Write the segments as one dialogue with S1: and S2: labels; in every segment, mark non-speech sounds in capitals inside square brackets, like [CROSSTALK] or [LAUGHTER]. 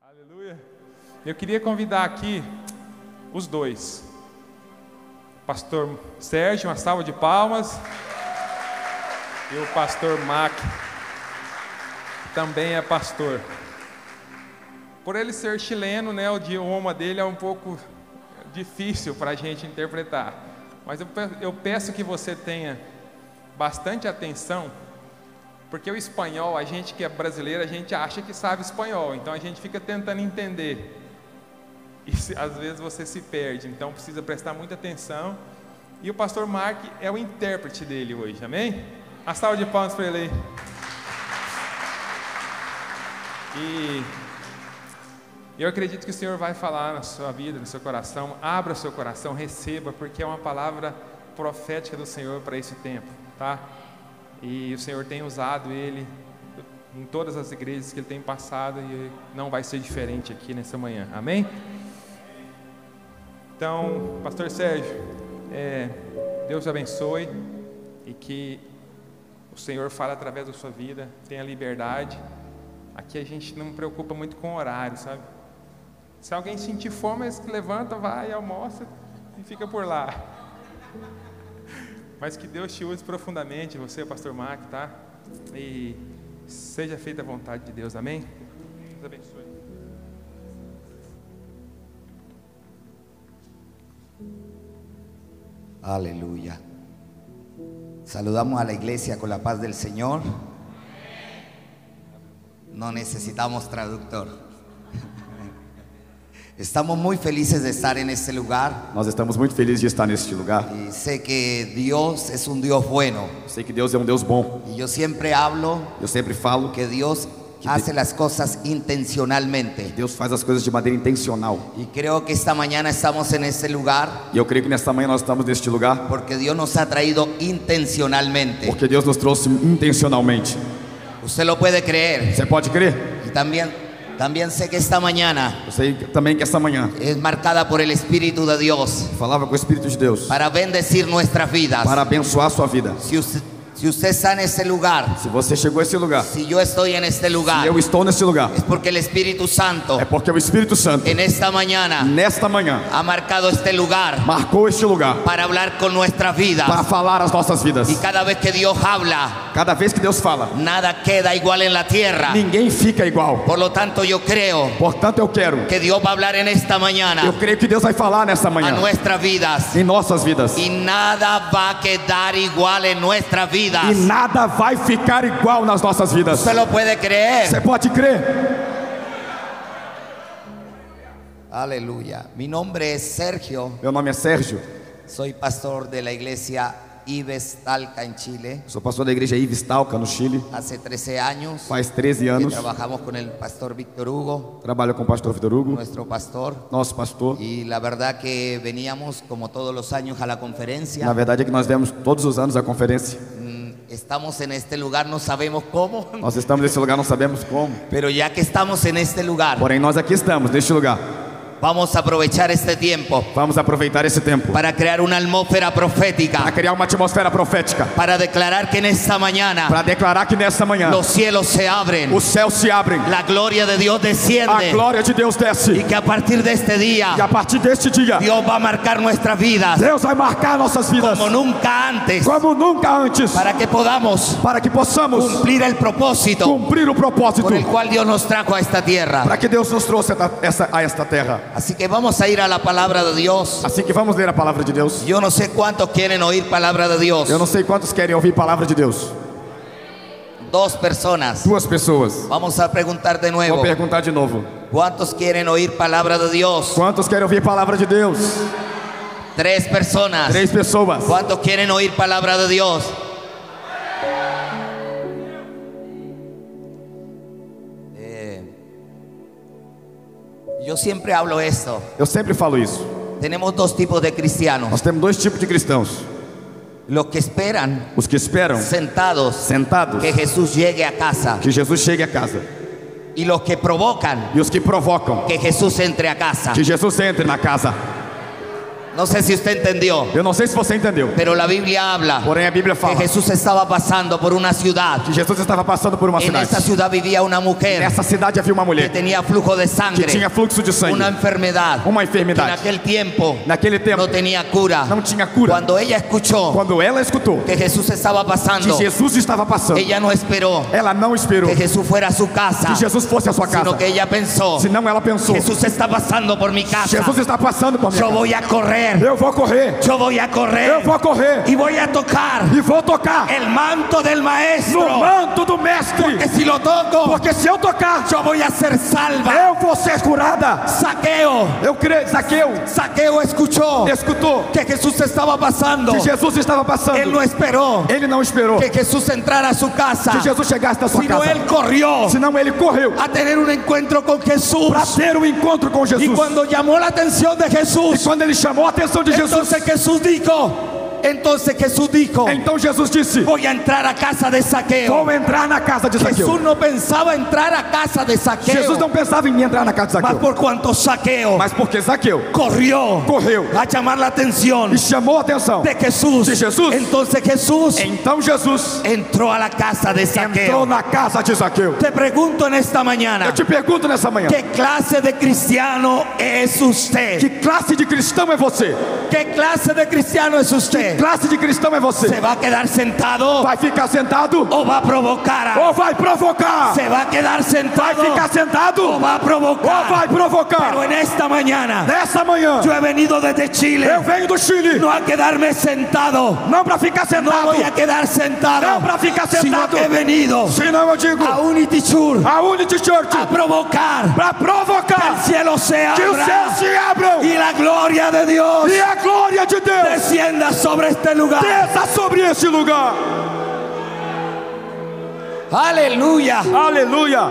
S1: Aleluia. Eu queria convidar aqui os dois. Pastor Sérgio, uma salva de palmas. E o pastor Mac, que também é pastor. Por ele ser chileno, né, o idioma dele é um pouco difícil para a gente interpretar. Mas eu pe- eu peço que você tenha bastante atenção, porque o espanhol, a gente que é brasileiro, a gente acha que sabe espanhol, então a gente fica tentando entender. E se- às vezes você se perde, então precisa prestar muita atenção. E o pastor Mark é o intérprete dele hoje, amém? A salva de palmas para ele aí. E eu acredito que o Senhor vai falar na sua vida, no seu coração. Abra seu coração, receba, porque é uma palavra profética do Senhor para esse tempo, tá? E o Senhor tem usado ele em todas as igrejas que ele tem passado e não vai ser diferente aqui nessa manhã. Amém? Então, Pastor Sérgio, é, Deus te abençoe e que o Senhor fale através da sua vida, tenha liberdade. Aqui a gente não preocupa muito com horário, sabe? Se alguém sentir fome, eles levanta, vai, almoça e fica por lá. Mas que Deus te use profundamente, você, pastor Mark, tá? E seja feita a vontade de Deus, amém? Deus abençoe.
S2: Aleluya. Saludamos a la iglesia con la paz del Señor. No necesitamos traductor. Estamos muy felices de estar en este lugar
S3: Nós estamos muito felizes de estar neste lugar.
S2: y sé que Dios es un Dios bueno.
S3: Sei que Deus é um Deus bom.
S2: Y yo siempre hablo
S3: Eu sempre falo que
S2: que Dios hace las cosas intencionalmente.
S3: Deus faz as coisas de maneira intencional.
S2: Y creo que esta mañana estamos en este lugar
S3: E eu creio que nesta manhã nós estamos neste lugar
S2: porque Dios nos ha traído intencionalmente.
S3: porque Deus nos trouxe intencionalmente.
S2: Usted lo puede creer.
S3: Você pode crer?
S2: Y también, también sé que esta mañana
S3: Eu sei que- também que esta manhã
S2: es marcada por el Espíritu de Dios
S3: falava com o Espírito de Deus
S2: para bendecir nuestras vidas.
S3: para abençoar a sua vida.
S2: Si, usted, si usted está en este lugar,
S3: Se você chegou a este lugar,
S2: si yo estoy en este
S3: e
S2: lugar,
S3: eu estou neste lugar,
S2: es porque el Espíritu Santo
S3: é porque o Espírito Santo,
S2: en esta mañana
S3: nesta manhã,
S2: ha marcado este lugar
S3: marcou este lugar
S2: para hablar con nuestras
S3: para
S2: vidas.
S3: falar as nossas vidas.
S2: Y cada vez que Dios habla,
S3: Cada vez que Deus fala,
S2: nada queda igual en la tierra.
S3: ninguém fica igual.
S2: Por lo tanto, yo creo
S3: Portanto, eu quero.
S2: que Dios va a hablar en esta
S3: Eu
S2: mañana
S3: creio que Deus vai falar nesta
S2: a
S3: manhã.
S2: nuestras vidas.
S3: em nossas vidas.
S2: Y nada va a quedar igual en nuestras vidas.
S3: E nada vai ficar igual nas nossas vidas.
S2: ¿Usted lo puede creer?
S3: Você pode crer?
S2: Aleluya. Mi nombre es Sergio.
S3: Meu nome é Sérgio,
S2: Soy pastor de la iglesia Ives Talca en Chile.
S3: sou pastor da igreja Ives Talca, no Chile.
S2: Hace 13 años
S3: Faz 13
S2: que
S3: anos.
S2: trabajamos con el pastor Víctor Hugo,
S3: Trabalho com o pastor Vitor Hugo,
S2: nuestro pastor.
S3: nosso pastor.
S2: Y la verdad que veníamos como todos los años a la
S3: Na
S2: conferencia.
S3: verdade é que nós vemos todos os anos a conferência.
S2: Mm, Estamos en este lugar, no sabemos cómo, [LAUGHS]
S3: Nós estamos nesse lugar, não sabemos como.
S2: pero ya que estamos en este lugar,
S3: Porém, nós aqui estamos, neste lugar.
S2: vamos a aprovechar este tiempo
S3: Vamos aproveitar esse tempo
S2: para crear una atmósfera
S3: para
S2: profética,
S3: criar uma atmosfera profética.
S2: para declarar que en esta mañana
S3: Para declarar que nesta manhã
S2: los cielos se abren.
S3: os céus se abrem,
S2: La gloria de Dios
S3: a
S2: desciende
S3: glória de Deus
S2: y
S3: desce.
S2: que a partir de este día
S3: E a partir deste dia,
S2: Dios va a marcar nuestras vidas
S3: Deus vai marcar nossas vidas
S2: como nunca antes
S3: como nunca antes.
S2: para que podamos
S3: para que possamos
S2: cumplir el propósito
S3: cumprir o propósito
S2: então, por el cual Dios nos trajo a esta tierra.
S3: para que Deus nos trouxe a essa, a esta terra.
S2: Así que vamos a ir a la palabra de Dios.
S3: Assim que vamos ler a palavra de Deus.
S2: Yo no sé cuántos quieren oír palabra de Dios.
S3: Eu não sei quantos querem ouvir a palavra de Deus.
S2: Dos personas.
S3: Duas pessoas.
S2: Vamos a preguntar de
S3: Vou
S2: nuevo.
S3: perguntar de novo.
S2: ¿Cuántos quieren oír palabra de Dios?
S3: Quantos querem ouvir a palavra de Deus?
S2: Tres personas.
S3: Três pessoas.
S2: ¿Cuántos quieren oír palabra de Dios? Eh, yo siempre hablo esto.
S3: Eu sempre falo isso.
S2: Tenemos dos tipos de cristianos.
S3: Nós temos dois tipos de cristãos:
S2: Los que esperan
S3: os que esperam
S2: sentados
S3: sentados
S2: que Jesús llegue a casa.
S3: que Jesus chegue a casa,
S2: Y los que provocan
S3: e os que provocam
S2: que Jesús entre a casa.
S3: que Jesus entre na casa.
S2: No sé si usted entendió,
S3: Eu não sei se você entendeu,
S2: pero la Biblia habla
S3: porém a Bíblia
S2: que
S3: fala
S2: Jesús estaba pasando por una ciudad.
S3: que Jesus estava passando por uma
S2: En
S3: cidade.
S2: esta ciudad vivía una mujer
S3: Nessa cidade havia uma
S2: que
S3: mulher
S2: tenía flujo de
S3: que
S2: sangre,
S3: tinha fluxo de sangue,
S2: una enfermedad.
S3: uma
S2: que En
S3: enfermidade.
S2: aquel tiempo
S3: Naquele tempo
S2: no tenía cura.
S3: não tinha cura.
S2: Cuando ella escuchó
S3: Quando ela escutou
S2: que Jesús estaba
S3: que
S2: pasando,
S3: Jesus estava passando,
S2: ella no esperó
S3: ela não esperou
S2: que Jesús fuera a su casa,
S3: que Jesus fosse à sua casa,
S2: sino que ella pensó,
S3: senão ela pensou:
S2: Jesús está pasando por mi casa,
S3: Jesus está passando por mim.
S2: yo voy a correr,
S3: Eu vou correr,
S2: yo voy a correr
S3: eu vou correr
S2: y voy a tocar
S3: e vou tocar
S2: el manto del
S3: no
S2: maestro,
S3: manto do
S2: que
S3: mestre,
S2: si lo toco,
S3: porque se eu tocar,
S2: yo voy a ser salva.
S3: eu vou ser curada.
S2: Saqueo,
S3: Eu creio, Zaqueu
S2: Saqueo escuchó
S3: escutou
S2: que é Jesús estaba pasando,
S3: que Jesus estava passando.
S2: él no esperó
S3: Ele não esperou
S2: é que Jesús entrara a su casa,
S3: que Jesus chegasse na sua
S2: sino
S3: casa,
S2: él corrió
S3: senão ele correu
S2: a tener un encuentro con Jesús.
S3: para ter um encontro com Jesus.
S2: Y cuando llamó la atención de
S3: E
S2: Jesús,
S3: quando ele chamou a atenção de Jesus,
S2: entonces Jesús dijo, entonces Jesús dijo,
S3: então Jesus disse:
S2: voy a entrar a casa de saqueo.
S3: Vou entrar na casa de
S2: Jesús
S3: Zaqueu.
S2: no pensaba entrar a casa de
S3: Jesus
S2: saqueo,
S3: não pensava em entrar na casa de
S2: mas
S3: Zaqueu,
S2: por cuanto saqueo
S3: mas porque Zaqueu
S2: corrió
S3: correu
S2: a llamar la atención
S3: e chamou a atenção.
S2: de Jesús.
S3: De Jesús.
S2: Entonces Jesús
S3: Então Jesus
S2: entró a la casa de
S3: entrou
S2: saqueo.
S3: na casa de Zaqueu.
S2: Te pregunto en esta mañana,
S3: é Eu é te pergunto nessa manhã:
S2: ¿qué clase de cristiano es usted?
S3: que classe de cristão é você?
S2: ¿Qué clase de cristiano es usted?
S3: Classe de cristão
S2: ¿Se
S3: é você?
S2: va a quedar sentado
S3: Vai ficar sentado
S2: o va a provocar? a-
S3: ou vai provocar?
S2: ¿Se va a quedar
S3: Vai
S2: sentado
S3: ficar sentado
S2: o
S3: ou
S2: va a provocar?
S3: vai provocar?
S2: Pero en esta mañana
S3: Nessa manhã,
S2: yo he venido desde
S3: eu
S2: Chile
S3: venho do Chile,
S2: no a quedarme sentado,
S3: não para ficar
S2: no
S3: sentado,
S2: voy a quedar sentado,
S3: não para ficar
S2: sino
S3: sentado.
S2: que he venido
S3: Senão eu digo,
S2: a Unity Church
S3: a Unity Church,
S2: Ah. a provocar
S3: para
S2: que el
S3: provocar
S2: cielo se
S3: que os céus
S2: abra
S3: se abram
S2: y la gloria de Dios
S3: e a glória de Deus
S2: descienda sobre este lugar.
S3: desça sobre este lugar.
S2: Aleluya.
S3: Aleluia!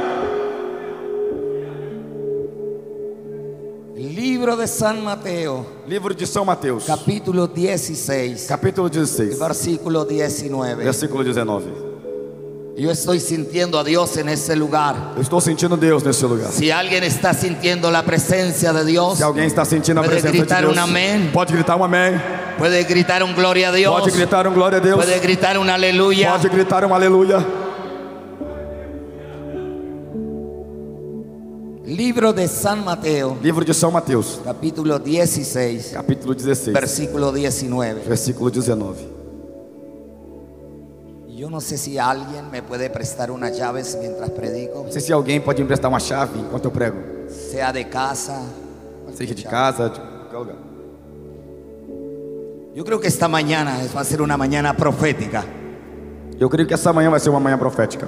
S2: Libro de San Mateo,
S3: Livro de São Mateus,
S2: capítulo 16.
S3: capítulo
S2: El
S3: 16,
S2: Versículo 19.
S3: versículo 19.
S2: Yo estoy sintiendo a Dios en este lugar.
S3: Eu estou sentindo Deus nesse lugar.
S2: Si alguien está sintiendo la presencia de Dios,
S3: Se alguém está sentindo a
S2: Pode
S3: presença de
S2: gritar
S3: Deus,
S2: um amém.
S3: pode gritar um amém,
S2: puede gritar un gloria a Dios,
S3: pode gritar um glória a Deus,
S2: puede gritar un aleluya.
S3: pode gritar um aleluia.
S2: Libro de San Mateo,
S3: Livro de São Mateus,
S2: capítulo 16,
S3: capítulo 16,
S2: versículo 19.
S3: versículo 19.
S2: Yo no sé si alguien me puede prestar unas llaves mientras predico,
S3: Não sei se alguém pode emprestar uma chave enquanto eu prego.
S2: sea de casa.
S3: Seja de casa, de qualquer lugar.
S2: Yo creo que esta mañana va a ser una mañana profética.
S3: Eu creio que essa manhã vai ser uma manhã profética.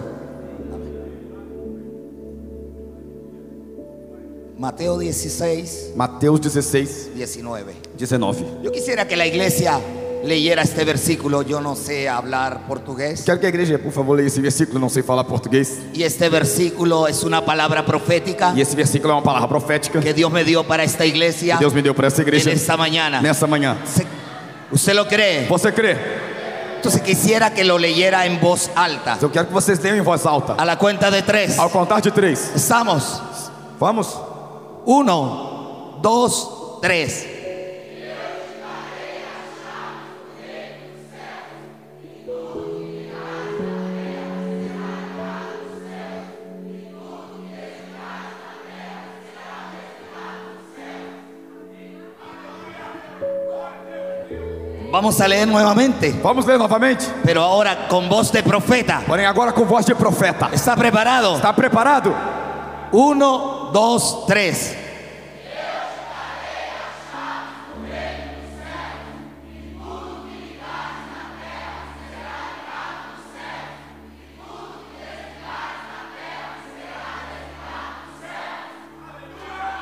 S2: Mateo 16,
S3: Mateus 16,
S2: 19.
S3: 19.
S2: Yo quisiera que la iglesia leyera este versículo. Yo no sé hablar portugués.
S3: Quero que a igreja, por favor, leia esse versículo. Não sei falar português.
S2: Y este versículo es una palabra profética
S3: E esse versículo é uma palavra profética que
S2: que Dios me dio para esta iglesia
S3: Deus me deu para essa
S2: en
S3: igreja
S2: esta mañana.
S3: nessa manhã.
S2: Se- ¿Usted lo cree?
S3: Você crê?
S2: Entonces quisiera que lo leyera en voz alta.
S3: Eu quero que vocês leiam em voz alta.
S2: A la cuenta de tres.
S3: Ao contar de três.
S2: Estamos.
S3: Vamos?
S2: Uno, dos, tres. Vamos a leer nuevamente,
S3: Vamos ler novamente?
S2: pero ahora con voz de profeta.
S3: Porém, agora com voz de profeta.
S2: ¿Está preparado?
S3: Está preparado?
S2: Uno, dos, tres.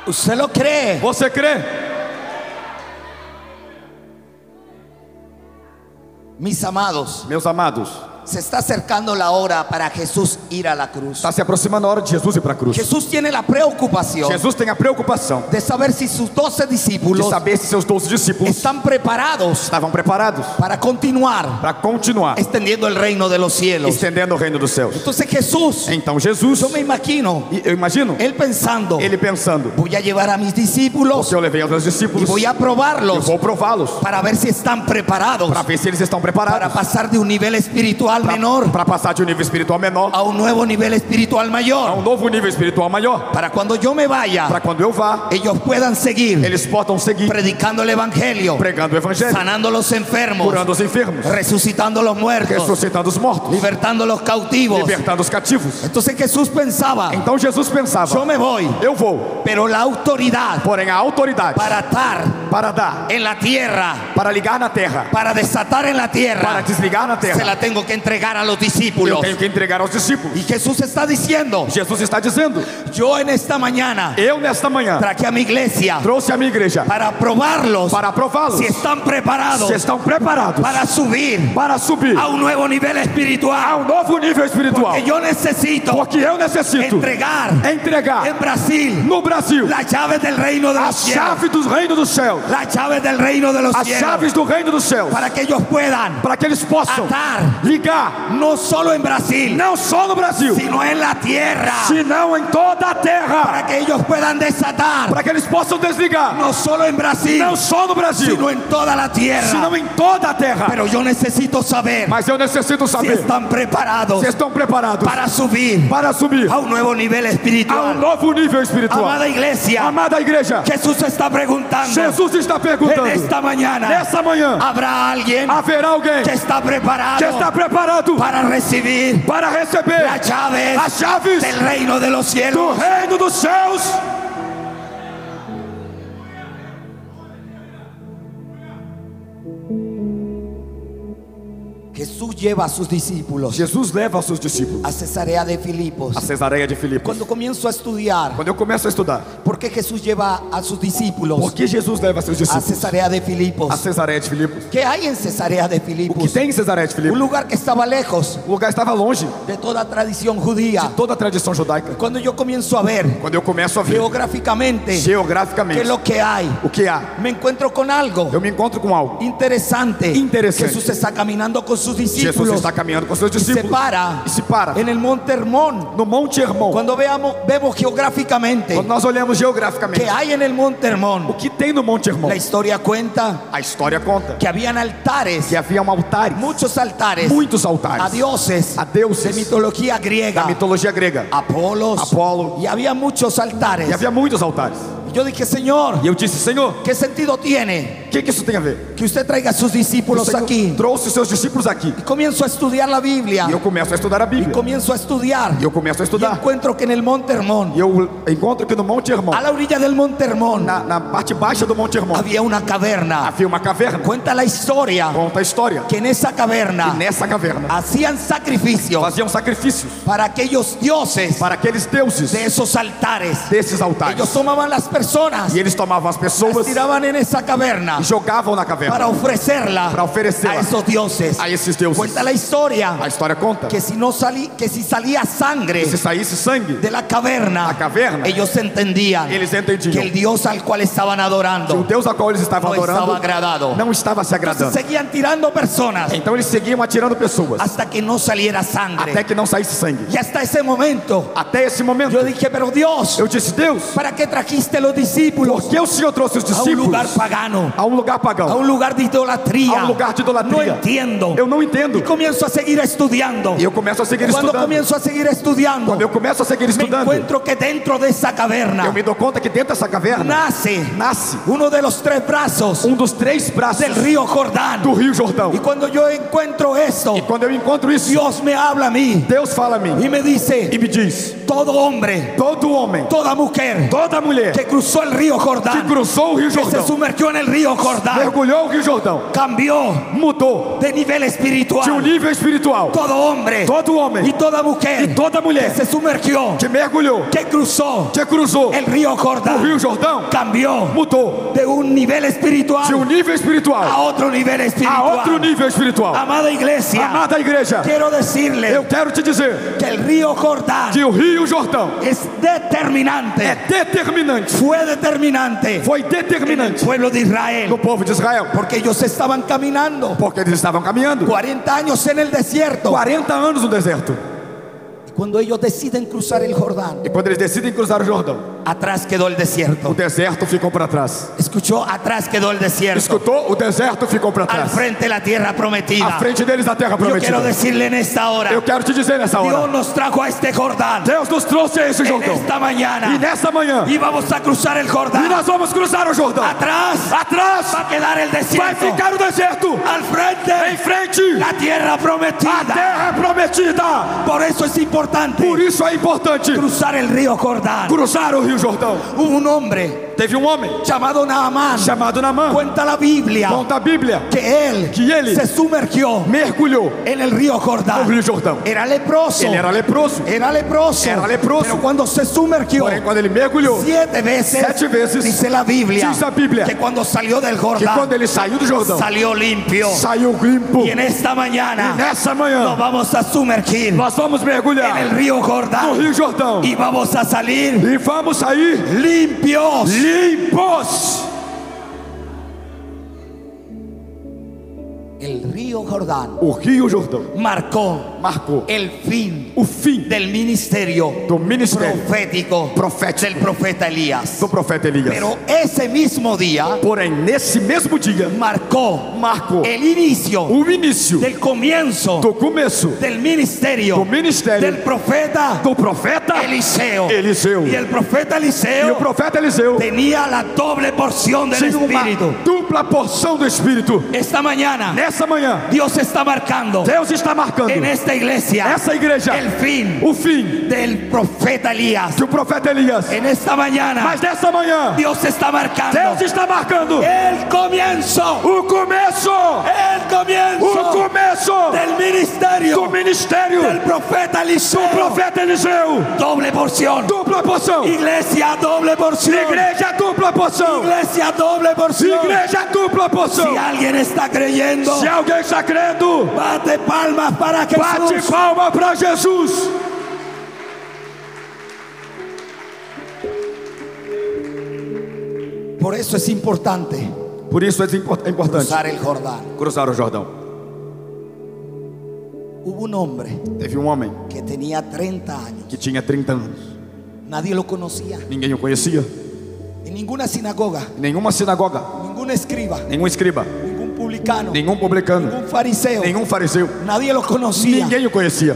S2: ¿Usted lo cree?
S3: Você crê?
S2: Mis amados,
S3: Meus amados,
S2: Se está acercando la hora para Jesús ir a la cruz.
S3: Está tá se aproximando a hora de Jesus ir para a cruz.
S2: Jesús tiene la preocupación
S3: Jesus tem a preocupação
S2: de saber si sus doce
S3: de
S2: discípulos
S3: saber se seus 12 discípulos
S2: están preparados
S3: estavam preparados
S2: para continuar
S3: para continuar
S2: extendiendo el reino de los cielos.
S3: estendendo o reino dos céus.
S2: Entonces Jesús,
S3: Então Jesus,
S2: yo me imagino,
S3: e eu imagino,
S2: él pensando,
S3: ele pensando:
S2: voy a llevar a mis discípulos
S3: se eu levei aos meus
S2: y
S3: discípulos,
S2: voy a
S3: eu
S2: probarlos
S3: vou prová-los
S2: para ver si están preparados
S3: para ver se eles estão preparados
S2: para pasar de un nivel espiritual menor
S3: para passar de um nível espiritual menor
S2: a un nuevo nivel espiritual
S3: a um
S2: mayor.
S3: novo nível espiritual maior.
S2: Para cuando yo me
S3: Para
S2: vaya,
S3: quando eu vá,
S2: ellos puedan seguir
S3: eles possam seguir
S2: predicando el Evangelio,
S3: pregando o evangelho,
S2: sanando a los enfermos,
S3: curando os enfermos,
S2: resucitando a los muertos,
S3: ressuscitando os mortos,
S2: libertando a los cautivos.
S3: libertando os cativos.
S2: Entonces Jesús pensaba,
S3: Então Jesus pensava:
S2: yo me voy,
S3: eu vou,
S2: pero la autoridad
S3: porém a autoridade
S2: para atar
S3: para dar,
S2: en la tierra,
S3: para ligar na terra,
S2: para desatar en la
S3: para
S2: tierra,
S3: desligar na
S2: se
S3: terra,
S2: la tengo que entregar a los
S3: eu
S2: discípulos.
S3: tenho que entregar aos discípulos.
S2: Y Jesús está diciendo,
S3: Jesus está dizendo:
S2: yo Eh, en esta mañana
S3: Eu nesta manhã
S2: traje a mi iglesia
S3: trouxe a minha igreja
S2: para probarlos
S3: para prová-los
S2: si están preparados
S3: se estão preparados
S2: para subir
S3: para subir
S2: a un nuevo nivel
S3: a
S2: espiritual
S3: um novo nível espiritual.
S2: que yo necesito
S3: Porque eu necessito
S2: entregar
S3: entregar
S2: en Brasil
S3: no Brasil
S2: las llaves del reino de
S3: a
S2: los cielos
S3: chave dos reinos do céu,
S2: las llaves del reino de los
S3: as
S2: cielos
S3: chaves do reino do céu,
S2: para que ellos puedan
S3: para que eles possam
S2: atar
S3: ligar
S2: no solo en Brasil
S3: não só no Brasil,
S2: sino en la tierra
S3: senão em toda a terra,
S2: para que ellos puedan desatar
S3: para que eles possam desligar
S2: no solo en Brasil
S3: não só no Brasil,
S2: sino en toda la tierra
S3: senão em toda a terra.
S2: pero yo necesito saber
S3: Mas eu necessito
S2: si
S3: saber
S2: están preparados
S3: se estão preparados
S2: para subir
S3: para subir
S2: a un nuevo nivel
S3: a um
S2: espiritual.
S3: novo nível espiritual.
S2: Amada iglesia,
S3: Amada igreja,
S2: Jesús está preguntando
S3: Jesus está
S2: en
S3: perguntando:
S2: esta mañana,
S3: nessa manhã
S2: ¿habrá alguien
S3: haverá alguém
S2: que está preparado
S3: que Ah, está preparado
S2: para recibir
S3: para receber
S2: las llaves
S3: as chaves
S2: del reino de los
S3: do
S2: cielos?
S3: reino dos céus?
S2: Jesús lleva a sus discípulos
S3: Jesus leva aos seus discípulos
S2: a Cesarea de Filipos.
S3: a Cesareia de Filipos.
S2: Cuando comienzo a estudiar
S3: Quando eu começo a estudar,
S2: por qué Jesús lleva a sus discípulos
S3: por que Jesus leva seus
S2: a
S3: discípulos
S2: Cesarea de
S3: a
S2: Filipos,
S3: Cesareia de Filipos?
S2: ¿qué hay en Cesarea de
S3: O que
S2: Filipos?
S3: tem em Cesareia de
S2: Un
S3: Filipos?
S2: lugar que estaba lejos
S3: O lugar estava longe
S2: de toda tradición judía.
S3: de toda a tradição judaica.
S2: Cuando yo comienzo a ver
S3: Quando eu começo a ver
S2: geográficamente qué
S3: geograficamente
S2: es lo que hay,
S3: o que há,
S2: me encuentro con algo
S3: eu me encontro com algo.
S2: interesante.
S3: Interesante.
S2: Jesús está caminando con sus
S3: Jesus
S2: discípulos
S3: está caminhando com seus
S2: y se
S3: discípulos
S2: para
S3: e se para
S2: en el monte Hermón.
S3: no Monte Hermon.
S2: Cuando veamos, vemos geográficamente
S3: Quando nós olhamos geograficamente,
S2: qué hay en el monte
S3: o
S2: Hermón,
S3: que tem no Monte Hermon?
S2: la historia cuenta
S3: A história conta
S2: que habían altares,
S3: que havia um altar,
S2: muchos altares,
S3: muitos altares,
S2: a dioses,
S3: a deuses
S2: de mitología griega,
S3: da mitologia grega.
S2: Apolos,
S3: Apolo.
S2: y había muchos altares.
S3: E havia muitos altares.
S2: Y Yo dije, Señor,
S3: E eu disse, Senhor,
S2: ¿qué sentido tiene?
S3: o que, que isso tem a ver?
S2: que usted traiga a sus discípulos
S3: Senhor
S2: aquí.
S3: trouxe os seus discípulos aqui.
S2: Y comienzo a estudiar la Biblia.
S3: E eu começo a estudar a Bíblia.
S2: Comienzo a estudiar.
S3: E eu começo a
S2: Y
S3: estudar.
S2: encuentro que en el Monte Hermón,
S3: E eu encontro que no Monte Hermon,
S2: a la orilla del Monte Hermón,
S3: na, na parte baixa do Monte Hermon,
S2: había una caverna.
S3: havia uma caverna.
S2: Cuenta la historia
S3: Conta a história.
S2: que en esa
S3: E
S2: caverna
S3: nessa caverna
S2: hacían sacrificios
S3: faziam sacrifícios
S2: para aquellos dioses
S3: para aqueles deuses
S2: de esos altares.
S3: desses altares.
S2: Ellos tomaban las personas,
S3: E eles tomavam as
S2: las
S3: pessoas e
S2: tiraban en esa caverna
S3: jogavam na caverna
S2: para ofrecerla
S3: Para ofrecerla
S2: a esos dioses.
S3: a esses deuses.
S2: Cuenta la historia
S3: A história conta
S2: que si no salí, que si salía sangre
S3: que se saísse sangue
S2: de la caverna,
S3: La caverna.
S2: ellos entendían
S3: Eles entendiam.
S2: que el Dios al cual estaban
S3: que o
S2: adorando
S3: um Deus a qual eles estavam
S2: no estaba
S3: adorando
S2: agradado.
S3: não estava se agradando.
S2: Seguían tirando personas
S3: Então eles seguiam atirando pessoas
S2: hasta que no saliera
S3: até
S2: sangre.
S3: que não saísse sangue.
S2: Y hasta ese momento
S3: Até esse momento,
S2: yo dije, pero Dios,
S3: eu disse: Deus,
S2: ¿para qué trajiste los discípulos
S3: por que o Senhor trouxe os
S2: a un lugar
S3: discípulos
S2: pagano?
S3: a um lugar
S2: A
S3: pagão,
S2: un lugar de idolatría.
S3: a um lugar de
S2: No
S3: idolatria?
S2: entiendo.
S3: Eu não entendo.
S2: Y comienzo a seguir estudiando.
S3: E eu começo a seguir
S2: Cuando
S3: estudando.
S2: comienzo a seguir estudiando,
S3: Quando eu começo a seguir
S2: me
S3: estudando,
S2: encuentro que dentro de esa
S3: eu
S2: caverna
S3: me dou conta que dentro dessa caverna
S2: nace
S3: nasce
S2: uno de los tres brazos
S3: um dos três braços
S2: del río Jordán.
S3: do Rio Jordão.
S2: Y cuando yo encuentro esto,
S3: E quando eu encontro isso,
S2: Dios me habla a mí
S3: Deus fala a mim
S2: y me
S3: e
S2: dice,
S3: me diz:
S2: todo homem,
S3: todo homem,
S2: toda mujer
S3: toda mulher
S2: que é cruzó el río
S3: que
S2: Jordán,
S3: cruzou o Rio
S2: que se
S3: Jordão,
S2: sumergió en el río Jordán,
S3: mergulhou o Rio Jordão,
S2: cambió
S3: mudou
S2: de nivel
S3: de um
S2: espiritual.
S3: nível espiritual.
S2: Todo hombre
S3: Todo homem
S2: y toda mujer
S3: e toda mulher
S2: se sumergió,
S3: que mergulhou,
S2: que cruzó
S3: que cruzou
S2: el río
S3: o
S2: Jordán,
S3: Rio Jordão,
S2: cambió
S3: mudou
S2: de un nivel
S3: de um
S2: espiritual
S3: nível
S2: a
S3: espiritual
S2: otro nivel
S3: a outro
S2: espiritual.
S3: nível espiritual.
S2: Amada iglesia,
S3: Amada igreja,
S2: quiero decirle
S3: eu quero te dizer
S2: que el río Jordán
S3: que o Rio Jordão
S2: es
S3: é
S2: determinante,
S3: determinante,
S2: fue determinante
S3: foi
S2: en el
S3: determinante
S2: pueblo de Israel,
S3: no povo de Israel,
S2: porque ellos estaban caminando
S3: porque eles estavam caminhando
S2: 40 años en el desierto.
S3: 40 anos no deserto.
S2: Y Cuando ellos deciden cruzar el Jordán,
S3: E quando eles decidem cruzar o Jordão,
S2: atrás quedó el
S3: o
S2: desierto.
S3: deserto ficou para trás.
S2: Escuchó, atrás quedó el desierto.
S3: Escutou? O deserto ficou para
S2: Al
S3: trás.
S2: frente la tierra
S3: À
S2: prometida.
S3: frente deles a terra
S2: Yo
S3: prometida.
S2: quiero decirle en esta hora,
S3: Eu quero te dizer nessa
S2: Dios
S3: hora.
S2: nos trajo a este Jordán
S3: Deus nos trouxe a esse
S2: en
S3: Jordão.
S2: esta
S3: E
S2: mañana
S3: nessa manhã,
S2: y vamos a cruzar el
S3: e
S2: Jordán.
S3: nós vamos cruzar o Jordão.
S2: Atrás,
S3: Atrás
S2: va a quedar el
S3: vai
S2: desierto.
S3: ficar o deserto.
S2: Al frente,
S3: Em frente,
S2: la tierra
S3: a
S2: prometida.
S3: terra prometida.
S2: Por eso es
S3: Por
S2: importante
S3: isso é importante
S2: cruzar el río Jordán.
S3: cruzar o Rio Jordão.
S2: Hubo un hombre
S3: Teve um homem
S2: llamado Naamán.
S3: chamado Namã.
S2: Cuenta la Biblia
S3: Conta a Bíblia.
S2: que él,
S3: Que él
S2: se sumergió
S3: Mergulhou
S2: en el río
S3: no
S2: Jordán.
S3: Rio Jordão.
S2: Era leproso.
S3: Ele era leproso.
S2: Era leproso.
S3: Era leproso.
S2: Pero cuando se sumergió
S3: Porém, quando ele mergulhou,
S2: siete veces,
S3: Sete veces.
S2: dice la Biblia,
S3: Diz a Bíblia.
S2: que cuando salió del
S3: que
S2: Jordán
S3: quando ele saiu do Jordão,
S2: salió limpio.
S3: saiu limpo.
S2: y en esta mañana
S3: E nessa
S2: nos
S3: manhã,
S2: vamos a sumergir
S3: nós vamos mergulhar
S2: en el río
S3: no
S2: Jordán
S3: Rio Jordão.
S2: y vamos a salir
S3: E vamos sair
S2: limpios.
S3: limpos.
S2: El río Jordán
S3: O Rio Jordão
S2: marcó
S3: marcou
S2: el fin
S3: o fim
S2: del ministerio
S3: do ministério
S2: profético
S3: Profético.
S2: del profeta Elías.
S3: do profeta Elias.
S2: Pero ese mismo día
S3: Porém, nesse mesmo dia,
S2: marcó
S3: marcou
S2: el inicio
S3: o início
S2: del comienzo
S3: do começo
S2: del ministerio
S3: do ministério
S2: del profeta
S3: do profeta
S2: Eliseo.
S3: Eliseu.
S2: Y el profeta
S3: E
S2: Eliseo
S3: o profeta Eliseu
S2: tenía la doble porción del
S3: tinha uma
S2: Espíritu.
S3: dupla porção do Espírito.
S2: Esta mañana
S3: Nessa manhã,
S2: Dios está marcando
S3: Deus está marcando
S2: en esta iglesia
S3: nessa igreja
S2: el fin
S3: o fim
S2: del profeta Elías.
S3: que o profeta Elias.
S2: En esta mañana
S3: Mas nessa manhã,
S2: Dios está
S3: Deus
S2: marcando
S3: está marcando
S2: el comienzo,
S3: o começo,
S2: el
S3: o
S2: comienzo
S3: começo
S2: del
S3: do
S2: ministerio
S3: ministério
S2: del profeta
S3: do
S2: Eliseo.
S3: profeta Eliseu.
S2: Doble porción.
S3: Dupla porção.
S2: Iglesia doble porción.
S3: Igreja dupla porção.
S2: Iglesia doble porción.
S3: Igreja dupla porção.
S2: Si alguien está creyendo,
S3: Se alguém está crendo,
S2: bate palmas para
S3: bate
S2: Jesús.
S3: palma para Jesus.
S2: Por eso es importante
S3: Por isso é impor- é importante
S2: cruzar el Jordán.
S3: cruzar o Jordão.
S2: Hubo un hombre
S3: Teve um homem
S2: que tenía 30 años.
S3: que tinha 30 anos.
S2: Nadie lo conocía.
S3: Ninguém o conhecia.
S2: En ninguna sinagoga,
S3: Nenhuma sinagoga,
S2: ningún escriba,
S3: nenhum escriba,
S2: ningún publicano,
S3: nenhum publicano,
S2: ningún fariseo.
S3: nenhum fariseu.
S2: Nadie lo conocía.
S3: Ninguém o conhecia.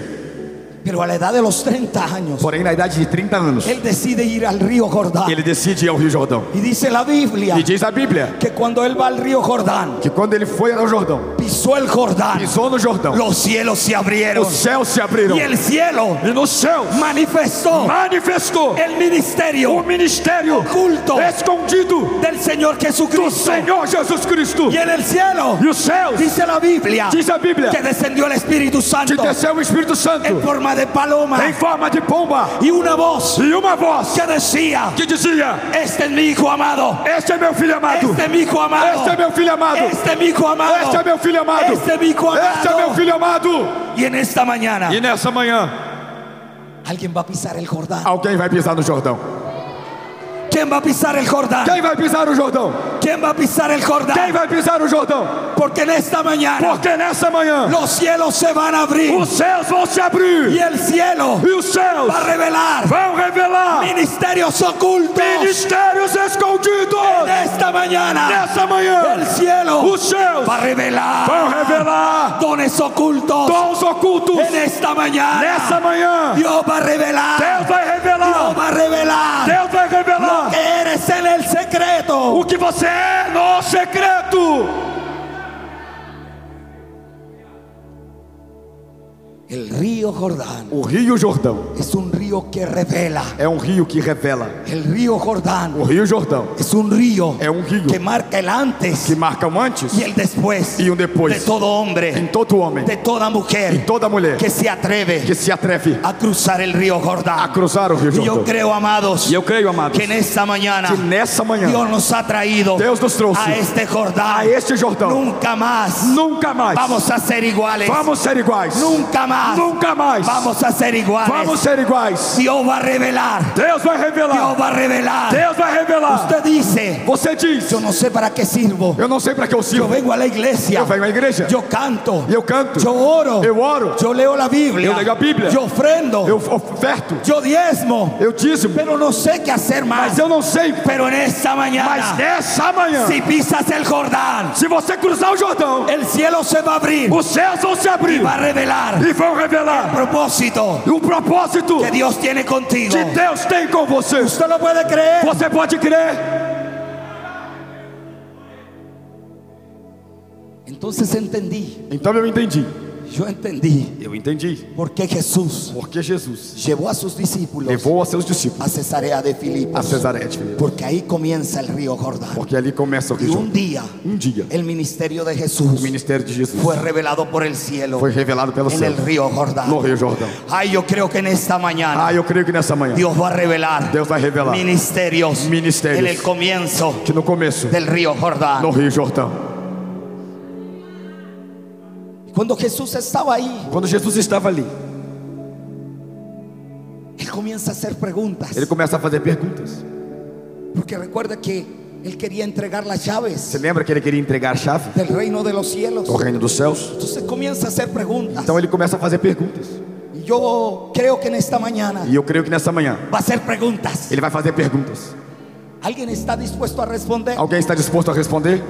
S2: Pero a la edad de los 30 años,
S3: Porém, na idade de 30 anos,
S2: él decide ir al río Jordán.
S3: ele decide ir ao Rio Jordão.
S2: Y dice la Biblia
S3: E diz a Bíblia
S2: que cuando él va al río Jordán,
S3: que quando ele foi ao Jordão,
S2: pisó el Jordán,
S3: pisou no Jordão,
S2: los cielos se abrieron.
S3: os céus se abriram.
S2: Y el cielo
S3: E no céu
S2: manifestó
S3: manifestou
S2: el
S3: o
S2: ministerio
S3: ministério
S2: oculto
S3: escondido
S2: del Señor
S3: do
S2: Jesucristo.
S3: Senhor Jesus Cristo.
S2: Y en el cielo
S3: E os céus
S2: dice la Biblia
S3: Diz a Bíblia
S2: que descendió el Espíritu
S3: que
S2: Santo
S3: desceu o Espírito Santo
S2: en forma de
S3: em
S2: paloma
S3: forma de pomba
S2: y una voz
S3: e uma voz
S2: que decía,
S3: que dizia:
S2: este es mi hijo amado,
S3: Este é meu filho amado,
S2: este es mi hijo amado,
S3: este é meu filho amado,
S2: este es mi hijo amado,
S3: este é meu filho amado,
S2: este es mi hijo
S3: este é meu
S2: amado.
S3: filho amado.
S2: Y en esta mañana
S3: E nessa manhã,
S2: alguien va a pisar el Jordán.
S3: alguém vai pisar no Jordão.
S2: ¿Quién va a pisar el Jordán?
S3: Quem vai pisar no Jordão?
S2: ¿Quién va a pisar el
S3: Quem
S2: Jordán?
S3: vai pisar no Jordão?
S2: Porque en esta mañana
S3: Porque nessa manhã
S2: los cielos se van a abrir
S3: os céus vão se
S2: y
S3: abrir
S2: el cielo
S3: e os céus
S2: va a revelar
S3: vão revelar
S2: ministerios ocultos
S3: mistérios escondidos.
S2: en esta mañana.
S3: Nessa manhã,
S2: El cielo
S3: os céus
S2: va a
S3: vão
S2: revelar
S3: revelar
S2: dones ocultos
S3: dons ocultos.
S2: en esta
S3: Nessa
S2: mañana.
S3: manhã,
S2: Dios va a revelar,
S3: Deus vai
S2: Dios
S3: revelar.
S2: va a revelar
S3: Deus vai revelar
S2: lo que eres en el secreto.
S3: o que você é no secreto.
S2: El El río Jordán
S3: O Rio Jordão
S2: es un río que revela.
S3: é um rio que revela.
S2: El río Jordán
S3: O Rio Jordão
S2: es un río
S3: Es un río.
S2: que marca el antes
S3: que marca um antes
S2: y el después,
S3: Y un después.
S2: de todo hombre,
S3: em todo homem,
S2: de toda mujer
S3: em toda mulher
S2: que se atreve
S3: que se atreve
S2: a cruzar el río Jordán.
S3: a cruzar o Rio
S2: Y yo
S3: Jordão.
S2: creo, amados,
S3: E eu creio, amados,
S2: que en esta mañana
S3: que nessa manhã
S2: Dios nos ha traído
S3: Deus nos trouxe
S2: a este Jordán.
S3: a este Jordão.
S2: Nunca más
S3: Nunca mais
S2: vamos a ser iguales.
S3: vamos ser iguais.
S2: Nunca más
S3: Nunca mais
S2: vamos a ser iguales.
S3: vamos ser iguais.
S2: Dios va a revelar.
S3: Deus vai revelar.
S2: Dios va a revelar.
S3: Deus vai revelar.
S2: Usted dice,
S3: Você diz:
S2: yo no sé para qué sirvo.
S3: Eu não sei para que eu
S2: Yo
S3: sirvo.
S2: vengo a la iglesia.
S3: Eu venho à igreja.
S2: Yo canto.
S3: Eu canto.
S2: Yo oro.
S3: Eu oro.
S2: Yo leo la Biblia.
S3: Eu leio a Bíblia.
S2: Yo ofrendo.
S3: Eu oferto.
S2: Yo diezmo.
S3: Eu dízimo.
S2: Pero no sé qué hacer más.
S3: Mas eu não sei.
S2: Pero en esta
S3: Mas
S2: mañana,
S3: nessa manhã,
S2: si pisas el Jordán,
S3: se você cruzar o Jordão,
S2: el cielo se va a abrir.
S3: os céus vão se abrir
S2: Va a revelar
S3: e vão
S2: el
S3: revelar
S2: propósito
S3: o propósito
S2: que Dios tiene contigo.
S3: que Deus tem com você.
S2: Usted lo puede creer.
S3: Você pode crer.
S2: Entonces entendí.
S3: Então eu entendi.
S2: Yo entendí
S3: Eu entendi.
S2: por qué Jesús
S3: Porque Jesus
S2: llevó a sus discípulos
S3: levou a seus discípulos
S2: a Cesarea de
S3: a
S2: Filipos.
S3: Cesaré de Filipe.
S2: Porque ahí comienza el río Jordán.
S3: Porque ali começa o
S2: Y
S3: Rio
S2: un
S3: Jordão.
S2: día
S3: Um dia,
S2: el ministerio de
S3: o
S2: Jesús
S3: ministério de Jesus
S2: fue revelado por el cielo
S3: foi revelado pelo
S2: en
S3: céu
S2: el río Jordán.
S3: no Rio Jordão.
S2: Ay, yo creo que en esta mañana
S3: Ah, eu creio que nessa manhã
S2: Dios va a revelar
S3: Dios va a revelar
S2: ministerios,
S3: Ministerios.
S2: en el comienzo
S3: que no começo,
S2: del río Jordán.
S3: no Rio Jordão.
S2: Cuando Jesús estaba ahí,
S3: Quando Jesus estava ali,
S2: él comienza a hacer preguntas.
S3: ele começa a fazer perguntas.
S2: Porque recuerda que él quería entregar las
S3: Você
S2: llaves
S3: lembra que ele queria entregar a chave
S2: del reino de los cielos.
S3: do reino dos céus?
S2: Entonces comienza a hacer preguntas.
S3: Então ele começa a fazer perguntas.
S2: Y yo creo que en esta mañana
S3: E eu creio que nessa manhã
S2: va a hacer preguntas.
S3: ele vai fazer perguntas.
S2: ¿Alguien está dispuesto a responder?
S3: Alguém está disposto a responder?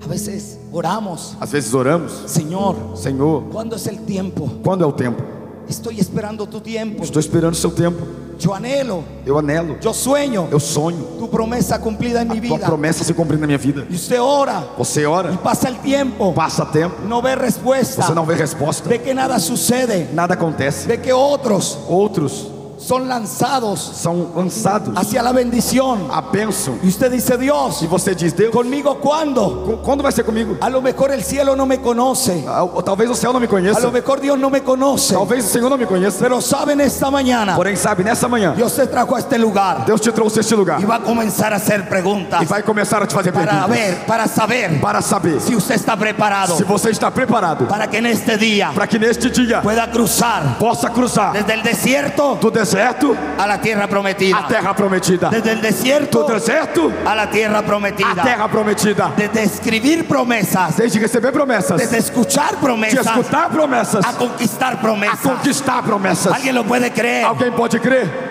S2: A veces oramos,
S3: Às vezes oramos,
S2: Señor,
S3: Senhor,
S2: ¿cuándo es el tiempo?
S3: quando é o tempo?
S2: Estoy esperando tu tiempo.
S3: Estou esperando o seu tempo.
S2: Yo anhelo,
S3: Eu anelo,
S2: yo sueño
S3: eu sonho.
S2: tu promesa cumplida en mi
S3: A tua
S2: vida.
S3: promessa se cumprir na minha vida.
S2: Y usted ora,
S3: Você ora,
S2: y pasa el tiempo,
S3: passa tempo,
S2: no ve respuesta,
S3: você não vê resposta,
S2: ve que nada sucede,
S3: nada acontece.
S2: ve que otros
S3: Outros
S2: son lanzados
S3: são lançados
S2: hacia la bendición.
S3: à bênção.
S2: Y usted dice, Dios,
S3: E você diz, Deus,
S2: ¿conmigo cuándo?
S3: com- quando vai ser comigo?
S2: A lo mejor el cielo no me conoce,
S3: Ah, ou- Talvez o céu não me
S2: a
S3: conheça.
S2: lo mejor Dios no me conoce,
S3: Talvez o Senhor não me conheça.
S2: pero saben esta mañana,
S3: Porém, sabe, nessa manhã,
S2: Dios te trajo a este lugar.
S3: Deus te trouxe a este lugar
S2: y va a comenzar a hacer preguntas
S3: e vai começar a te fazer
S2: para
S3: perguntas
S2: ver, para saber
S3: para saber
S2: si usted está preparado
S3: se você está preparado
S2: para que en este día
S3: para que neste dia
S2: pueda cruzar
S3: possa cruzar
S2: desde el desierto
S3: do deserto Ah.
S2: a la tierra
S3: à
S2: prometida,
S3: terra prometida.
S2: desde el
S3: Do
S2: desierto
S3: deserto
S2: a la tierra
S3: à
S2: prometida,
S3: terra prometida.
S2: desde escribir promesas,
S3: Desde receber promessas,
S2: desde
S3: de
S2: escuchar promesas,
S3: escutar promessas,
S2: a conquistar
S3: a
S2: promesas.
S3: conquistar promessas.
S2: ¿Alguien lo puede creer?
S3: Alguém pode crer?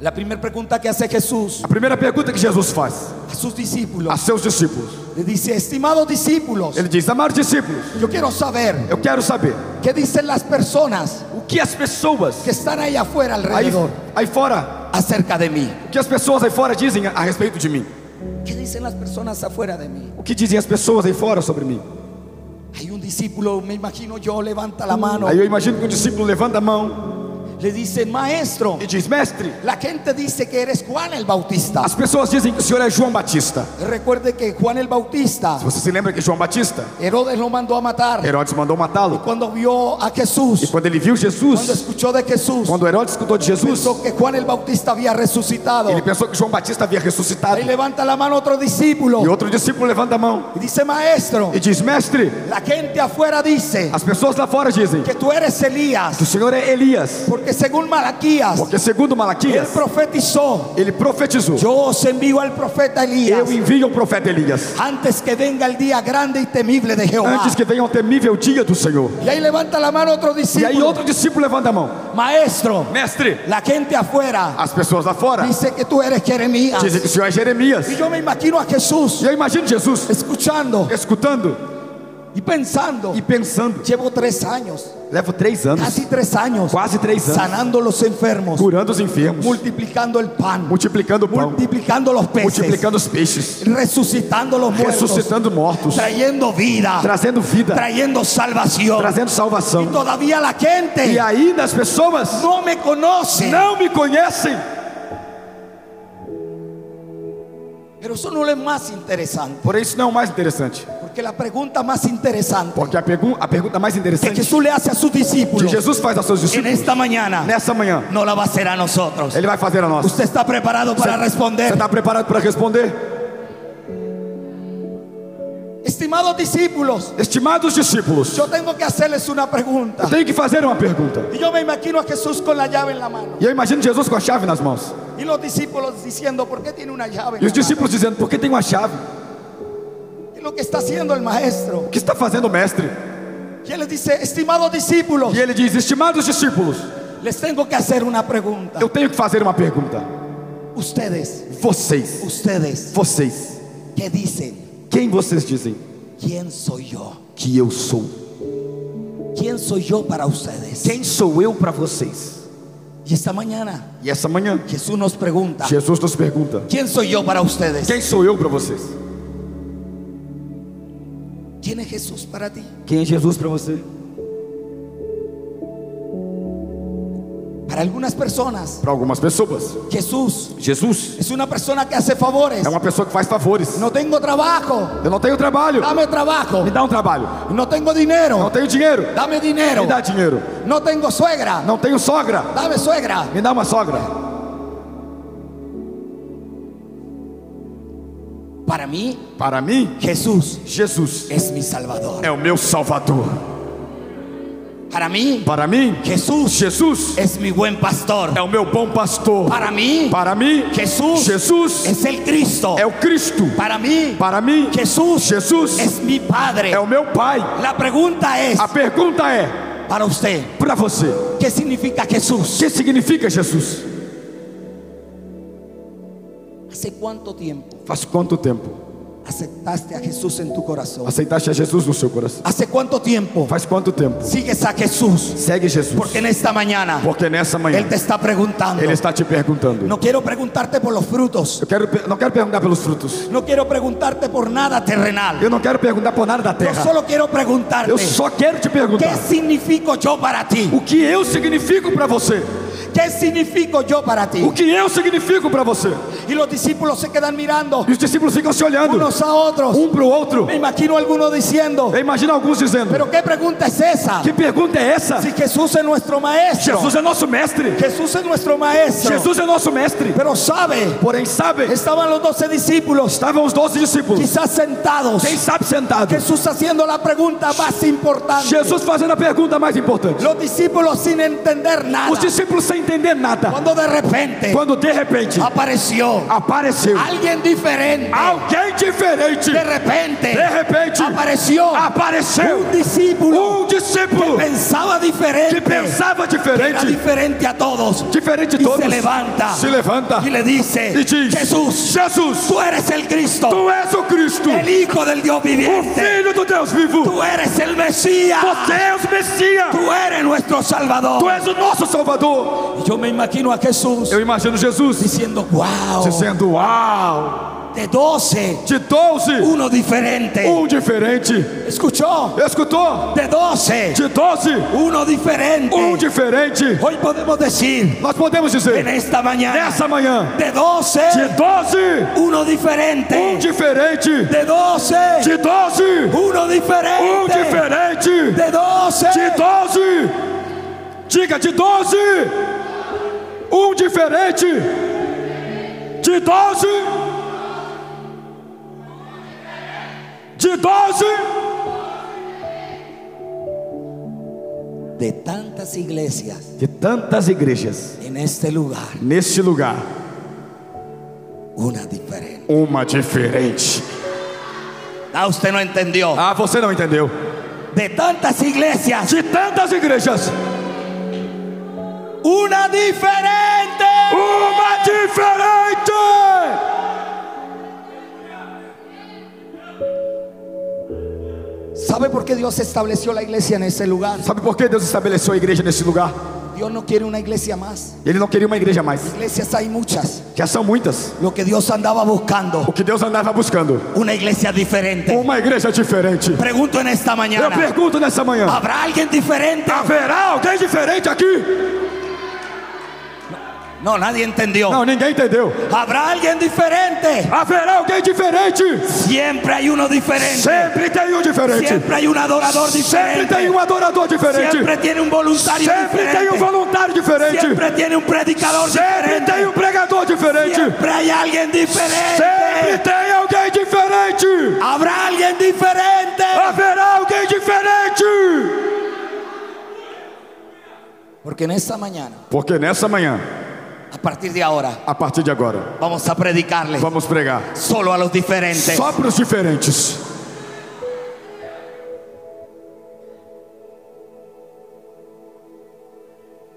S2: La primera pregunta que hace Jesús
S3: A primeira pergunta que Jesus faz
S2: a sus
S3: a
S2: discípulos
S3: seus discípulos,
S2: le dice, estimados discípulos,
S3: ele diz: Amados discípulos,
S2: yo quiero saber
S3: eu quero saber
S2: qué dicen las personas
S3: o que as pessoas
S2: que están ahí afuera
S3: aí,
S2: alrededor.
S3: aí fora,
S2: acerca de mí.
S3: o que as pessoas aí fora dizem a, a respeito de mim.
S2: ¿Qué dicen las personas afuera de mí?
S3: O que dizem as pessoas aí fora sobre mim?
S2: Hay un discípulo, me imagino yo, levanta la mano,
S3: Aí eu imagino que um discípulo levanta a mão
S2: le dice, maestro,
S3: e diz: Mestre,
S2: la gente dice que eres Juan el Bautista.
S3: as pessoas dizem que o senhor é João Batista.
S2: Recuerde que Juan el Bautista,
S3: Você se lembra que João Batista,
S2: Herodes lo mandó a matar.
S3: Herodes mandou matá-lo.
S2: Cuando vio a
S3: E
S2: Jesús,
S3: quando ele viu
S2: cuando
S3: Jesus,
S2: escuchó de Jesús,
S3: quando Herodes escutou de Jesus,
S2: pensó que Juan el Bautista había resucitado.
S3: Ele pensou que João Batista havia ressuscitado.
S2: Ahí levanta la mano otro discípulo
S3: E outro discípulo levanta a mão
S2: y dice, maestro,
S3: e diz: Mestre,
S2: la gente afuera dice
S3: as pessoas lá fora dizem que
S2: que tú eres
S3: o
S2: Elías,
S3: Senhor é Elias.
S2: porque según Malaquías,
S3: Porque segundo
S2: él
S3: Malaquias,
S2: profetizó
S3: ele profetizou:
S2: Yo os envío al profeta Elías
S3: Eu envio o profeta Elias
S2: antes que venga el día grande y temible de Jehová.
S3: antes que venha o temível dia do Senhor.
S2: Y ahí levanta la mano otro
S3: E
S2: discípulo.
S3: aí outro discípulo levanta a mão:
S2: Maestro,
S3: Mestre,
S2: la gente afuera
S3: as pessoas lá fora
S2: dice que tú eres Jeremías.
S3: dizem que o Senhor é Jeremias.
S2: Y yo me imagino a Jesús
S3: E eu imagino Jesus
S2: escuchando
S3: escutando:
S2: y pensando,
S3: e pensando.
S2: llevo tres años,
S3: Levo três anos
S2: casi tres ¿eh? años,
S3: Quase tres años.
S2: sanando los enfermos,
S3: curando os enfermos,
S2: multiplicando el pan,
S3: multiplicando o pão,
S2: multiplicando los peces,
S3: multiplicando os peixes,
S2: resucitando
S3: é
S2: los muertos,
S3: ressuscitando mortos,
S2: trayendo vida,
S3: trazendo vida,
S2: trayendo salvación.
S3: trazendo
S2: y
S3: salvação.
S2: todavía la gente
S3: E ainda as pessoas
S2: no me conoce.
S3: não me conhecem.
S2: Pero eso no es lo más interesante.
S3: Porém, isso não é o mais interessante.
S2: Porque la pregunta más interesante
S3: Porque a, pergun a pergunta mais
S2: que
S3: interessante
S2: Jesús le hace a sus
S3: É que é
S2: discípulos
S3: Jesus faz aos seus
S2: en
S3: discípulos
S2: esta mañana
S3: nessa manhã,
S2: no la va a hacer a nosotros.
S3: ele vai fazer a nossa.
S2: ¿Usted está preparado para
S3: Você
S2: responder?
S3: está preparado para responder?
S2: Estimados discípulos,
S3: Estimados discípulos,
S2: yo tengo que hacerles una pregunta.
S3: eu tenho que fazer uma pergunta.
S2: Y yo me imagino a Jesús con la llave en la mano.
S3: E eu imagino Jesus com a chave nas mãos.
S2: Y los discípulos diciendo, ¿por quê tiene una llave? En
S3: E os
S2: la mano?
S3: discípulos dizendo: Por que tem uma chave?
S2: ¿Qué es lo que está haciendo el maestro?
S3: O que está fazendo o mestre?
S2: Y él les dice, estimados discípulos,
S3: E ele diz: Estimados discípulos,
S2: les tengo que hacer una pregunta.
S3: eu tenho que fazer uma pergunta.
S2: Ustedes,
S3: Vocês,
S2: ustedes,
S3: vocês,
S2: ¿qué dicen?
S3: quem vocês dizem
S2: ¿Quién soy yo?
S3: que eu sou?
S2: ¿Quién soy yo para ustedes?
S3: Quem sou eu para vocês?
S2: Y esta mañana
S3: E essa manhã,
S2: Jesús nos pregunta,
S3: Jesus nos pergunta:
S2: ¿quién soy yo para ustedes?
S3: Quem sou eu para vocês?
S2: ¿Quién es Jesús para ti?
S3: Quem é Jesus para você?
S2: Para algunas personas,
S3: Para algumas pessoas,
S2: Jesús
S3: Jesus
S2: es una persona que hace favores.
S3: é uma pessoa que faz favores.
S2: No tengo trabajo,
S3: Eu não tenho trabalho,
S2: dame trabajo.
S3: me dá um trabalho.
S2: No tengo
S3: Não
S2: dinero,
S3: tenho dinheiro,
S2: dame dinero.
S3: me dá dinheiro.
S2: No tengo suegra,
S3: Não tenho sogra,
S2: dame suegra.
S3: me dá uma sogra.
S2: Para mí,
S3: Para mim,
S2: Jesús
S3: Jesus
S2: es mi salvador.
S3: é o meu salvador.
S2: Para mí,
S3: Para mim,
S2: Jesús
S3: Jesus
S2: es mi buen pastor.
S3: é o meu bom pastor.
S2: Para mí,
S3: Para mim,
S2: Jesús
S3: Jesus
S2: es el Cristo.
S3: é o Cristo.
S2: Para mí,
S3: Para mim,
S2: Jesús
S3: Jesus
S2: es mi Padre.
S3: é o meu Pai.
S2: La pregunta es
S3: A pergunta é
S2: para usted,
S3: para você: o
S2: ¿qué significa Jesús?
S3: que significa Jesus?
S2: ¿Hace cuánto tiempo
S3: Faz quanto tempo
S2: aceptaste a Jesús en tu corazón?
S3: aceitaste a Jesus no seu coração?
S2: ¿Hace cuánto tiempo
S3: Faz quanto tempo
S2: sigues a Jesús?
S3: segue Jesus? tá
S2: Porque en esta mañana
S3: Porque nessa manhã
S2: Él te está preguntando.
S3: Ele está te perguntando.
S2: No quiero preguntarte por los frutos.
S3: Eu quero, pe- não quero perguntar pelos frutos.
S2: No quiero preguntarte por nada terrenal.
S3: Eu não quero perguntar por nada da
S2: Yo
S3: terra.
S2: solo quiero preguntarte
S3: Eu só quero te
S2: qué
S3: perguntar
S2: significo yo para ti.
S3: o que eu significo para você.
S2: ¿Qué significo yo para ti?
S3: O que eu significo para você.
S2: Y los discípulos se quedan mirando
S3: E os discípulos ficam se olhando
S2: unos a otros.
S3: um para o outro.
S2: Me imagino alguno diciendo,
S3: Eu imagino alguns dizendo:
S2: pero ¿qué pregunta es esa?
S3: Que pergunta é essa?
S2: Si Jesús es nuestro maestro,
S3: Jesus é nosso mestre.
S2: Jesús es nuestro maestro,
S3: Jesus é nosso mestre.
S2: pero sabe,
S3: Porém, sabe,
S2: estaban los doce discípulos
S3: estavam os doze discípulos.
S2: quizás sentados,
S3: Quem sabe sentado.
S2: Jesús haciendo la pregunta más importante,
S3: Jesus fazendo a pergunta mais importante.
S2: los discípulos sin entender nada,
S3: Os discípulos sem entender nada.
S2: cuando de repente
S3: Quando de repente
S2: apareció
S3: apareceu
S2: alguien diferente,
S3: alguém diferente.
S2: de repente,
S3: De repente
S2: apareció
S3: apareceu
S2: un discípulo
S3: um discípulo
S2: pensaba
S3: que
S2: diferente,
S3: pensava
S2: era
S3: diferente.
S2: diferente a todos.
S3: Diferente de
S2: Y
S3: todos.
S2: se levanta.
S3: Se levanta.
S2: Y le dice,
S3: E diz:
S2: Jesús,
S3: Jesus,
S2: tú eres el Cristo,
S3: tu és o Cristo,
S2: el Hijo del Dios viviente.
S3: Filho do Deus vivo.
S2: Tú eres el Mesías.
S3: Você é o Messias.
S2: Tú eres nuestro Salvador.
S3: Tu és o nosso Salvador.
S2: Y Yo me imagino a Jesús
S3: Eu imagino Jesus
S2: diciendo, wow,
S3: dizendo: Uau!
S2: de 12,
S3: De 12,
S2: uno diferente.
S3: um diferente.
S2: ¿Escuchó?
S3: Escutou?
S2: De 12,
S3: De 12,
S2: uno diferente.
S3: um diferente.
S2: Hoy podemos decir,
S3: Nós podemos
S2: en
S3: dizer:
S2: esta mañana,
S3: Nessa manhã,
S2: de 12,
S3: de 12,
S2: uno diferente.
S3: um diferente.
S2: de 12,
S3: De 12,
S2: uno diferente.
S3: um diferente.
S2: de 12,
S3: De 12! Diga de 12! Um diferente! De 12! De 12!
S2: de tantas iglesias
S3: De tantas igrejas
S2: en este lugar,
S3: neste lugar,
S2: una diferente.
S3: uma diferente.
S2: Ah, usted no entendió.
S3: Ah, você não entendeu?
S2: De tantas iglesias,
S3: De tantas igrejas,
S2: una diferente.
S3: uma diferente!
S2: ¿Sabe ¿Sabe por qué Dios estableció la iglesia en ese lugar?
S3: Sabe por que Deus estabeleceu a igreja nesse lugar?
S2: Dios no quiere una iglesia más.
S3: Ele não queria uma igreja a mais.
S2: Iglesias hay muchas.
S3: Já são muitas.
S2: Lo que Dios andaba buscando,
S3: O que Deus andava buscando?
S2: una iglesia diferente.
S3: Uma igreja diferente.
S2: Pregunto en esta
S3: É. Eu
S2: mañana,
S3: pergunto nessa manhã:
S2: ¿habrá alguien diferente?
S3: haverá alguém diferente aqui?
S2: No, nadie entendió.
S3: Não, ninguém entendeu.
S2: ¿Habrá alguien diferente?
S3: Haverá alguém diferente.
S2: Siempre hay uno diferente.
S3: Sempre tem um diferente.
S2: Siempre hay un adorador
S3: Sempre
S2: diferente.
S3: tem um adorador diferente.
S2: Siempre tiene un voluntario
S3: Sempre tem um
S2: diferente.
S3: voluntário diferente.
S2: Siempre tiene un predicador
S3: Sempre tem
S2: diferente.
S3: um pregador diferente.
S2: Siempre hay alguien
S3: Sempre
S2: diferente.
S3: tem alguém diferente.
S2: Habrá alguien diferente.
S3: Ah. Haverá alguém diferente.
S2: Porque en esta mañana,
S3: Porque nessa manhã,
S2: a partir de ahora,
S3: a partir de agora,
S2: vamos a predicarle
S3: vamos pregar
S2: solo a los diferentes.
S3: só para os diferentes.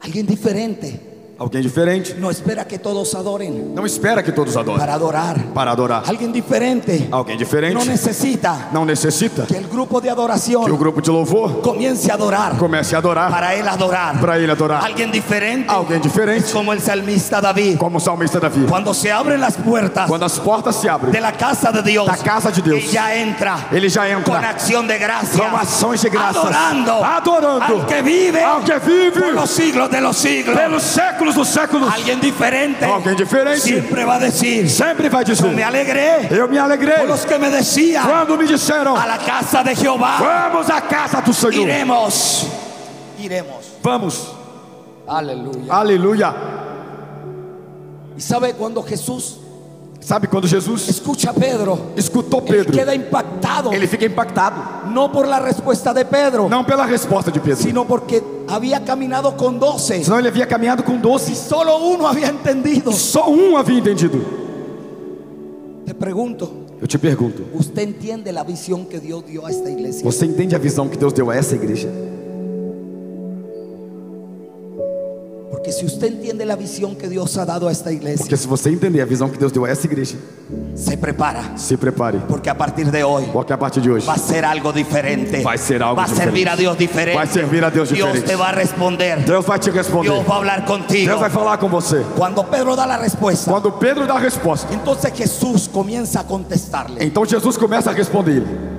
S2: Alguien diferente.
S3: Alguém diferente.
S2: No espera que todos adoren
S3: Não espera que todos adorem
S2: para adorar.
S3: para adorar.
S2: Alguien diferente.
S3: Alguém diferente
S2: No necesita
S3: não necessita
S2: que el grupo de
S3: que o
S2: adoración
S3: grupo de louvor
S2: comience a adorar
S3: comece a adorar
S2: para él adorar.
S3: para ele adorar. Ah,
S2: Alguien diferente.
S3: Alguém diferente,
S2: Como el salmista David.
S3: como o salmista Davi.
S2: Cuando se abren las puertas
S3: Quando as portas se
S2: de
S3: abrem
S2: la casa de Dios,
S3: da casa de Deus,
S2: ella entra
S3: ele já entra
S2: con acción de gracias.
S3: Con acciones de gracias.
S2: Adorando,
S3: Adorando.
S2: al que vive
S3: ao que vive
S2: por los siglos de los siglos.
S3: pelos séculos dos séculos.
S2: Alguien diferente
S3: Alguien diferente.
S2: siempre va a decir:
S3: Sempre vai dizer:
S2: "Yo Me alegré
S3: Eu me alegrei
S2: con los que me decían
S3: quando me disseram:
S2: a la casa de Jehová.
S3: Vamos à casa do Senhor.
S2: Iremos, iremos.
S3: Vamos.
S2: Aleluya.
S3: Aleluia. Ah.
S2: Y sabe cuando Jesús
S3: Sabe quando Jesus
S2: escucha a Pedro,
S3: escutou
S2: él
S3: Pedro?
S2: queda impactado.
S3: Ele fica impactado.
S2: No por la respuesta de Pedro,
S3: Não pela resposta de Pedro.
S2: sino porque había caminado con doce.
S3: Senão ele havia caminhado com
S2: Si
S3: doces.
S2: solo uno había entendido.
S3: Só um havia entendido.
S2: Te pregunto,
S3: Eu te pergunto:
S2: ¿usted entiende la visión que Dios dio a esta iglesia?
S3: Você entende a visão que Deus deu a essa igreja?
S2: Porque si usted entiende la visión que Dios ha dado a esta iglesia,
S3: Porque se você entender a visão que Deus deu a essa igreja,
S2: se prepara,
S3: se prepare.
S2: porque a partir de hoy
S3: Porque a partir de hoje
S2: va a ser algo diferente.
S3: Vai ser algo
S2: Va a servir
S3: diferente.
S2: a Dios diferente.
S3: Vai servir a Deus
S2: Dios
S3: diferente.
S2: te va a responder.
S3: Deus vai te responder.
S2: Dios va a hablar contigo.
S3: Deus vai falar com você.
S2: Cuando Pedro da la respuesta,
S3: Quando Pedro dá a resposta,
S2: entonces Jesús comienza a contestarle.
S3: então Jesus começa a responder ele.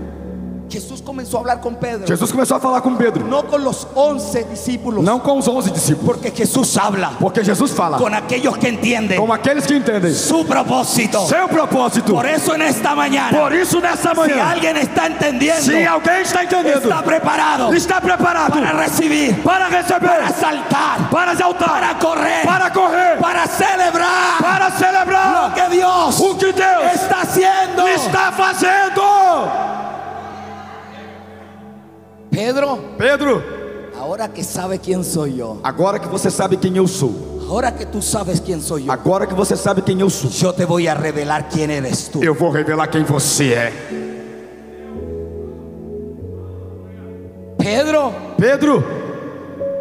S2: Jesús comenzó a hablar con Pedro,
S3: Jesus começou a falar com Pedro,
S2: no con los once discípulos,
S3: não com os 11 discípulos,
S2: porque Jesús habla
S3: porque Jesus fala
S2: con aquellos que entienden.
S3: com aqueles que entendem
S2: su propósito.
S3: seu propósito.
S2: Por eso en esta mañana,
S3: Por isso nessa
S2: si
S3: manhã,
S2: alguien está entendiendo,
S3: se alguém está entendendo,
S2: está preparado
S3: está preparado
S2: para recibir,
S3: para
S2: para
S3: receber,
S2: saltar,
S3: para exaltar,
S2: para correr,
S3: para correr,
S2: para celebrar
S3: para
S2: lo
S3: celebrar
S2: que Dios
S3: o que Deus
S2: está haciendo.
S3: está fazendo.
S2: Pedro,
S3: Pedro,
S2: ahora que sabe quién soy yo,
S3: agora que você sabe quem eu sou,
S2: ahora que tú sabes quién soy yo,
S3: agora que você sabe quem eu sou,
S2: yo te voy a revelar quién eres tú.
S3: eu vou revelar quem você é.
S2: Pedro,
S3: Pedro,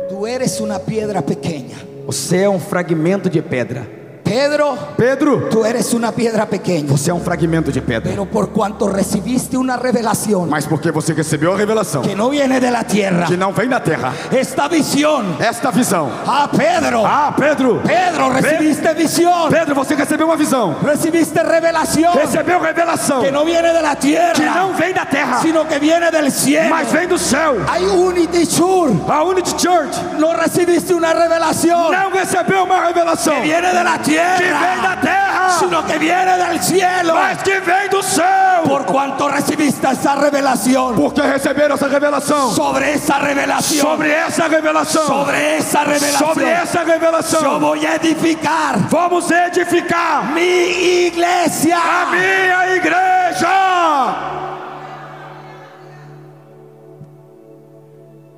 S2: tú eres una piedra pequeña.
S3: você é um fragmento de pedra.
S2: Pedro,
S3: Pedro,
S2: tú eres una piedra pequeña.
S3: você é um fragmento de pedra.
S2: Pero por cuanto recibiste una revelación
S3: Mas porque você recebeu a revelação
S2: que no viene de la tierra,
S3: que não vem da terra,
S2: esta visión
S3: esta visão.
S2: a Pedro,
S3: Ah, Pedro,
S2: Pedro,
S3: é
S2: recibiste visión,
S3: Pedro, você recebeu uma visão,
S2: recibiste revelación
S3: recebeu revelação
S2: que no viene de la
S3: que é não é
S2: tierra,
S3: vem da terra,
S2: sino que viene del cielo.
S3: mas vem do céu.
S2: Hay Unity Church,
S3: A Unity Church
S2: no recibiste una revelación
S3: não recebeu uma revelação
S2: que viene de la
S3: que vem
S2: tierra,
S3: da terra,
S2: sino que viene del cielo.
S3: mas que vem do céu.
S2: Por cuanto recibiste esa revelación,
S3: Porque receberam essa revelação,
S2: sobre esa revelación,
S3: sobre essa revelação,
S2: sobre esa
S3: sobre
S2: revelación.
S3: essa
S2: Yo
S3: revelação,
S2: voy a edificar
S3: vamos edificar
S2: mi iglesia.
S3: a minha igreja.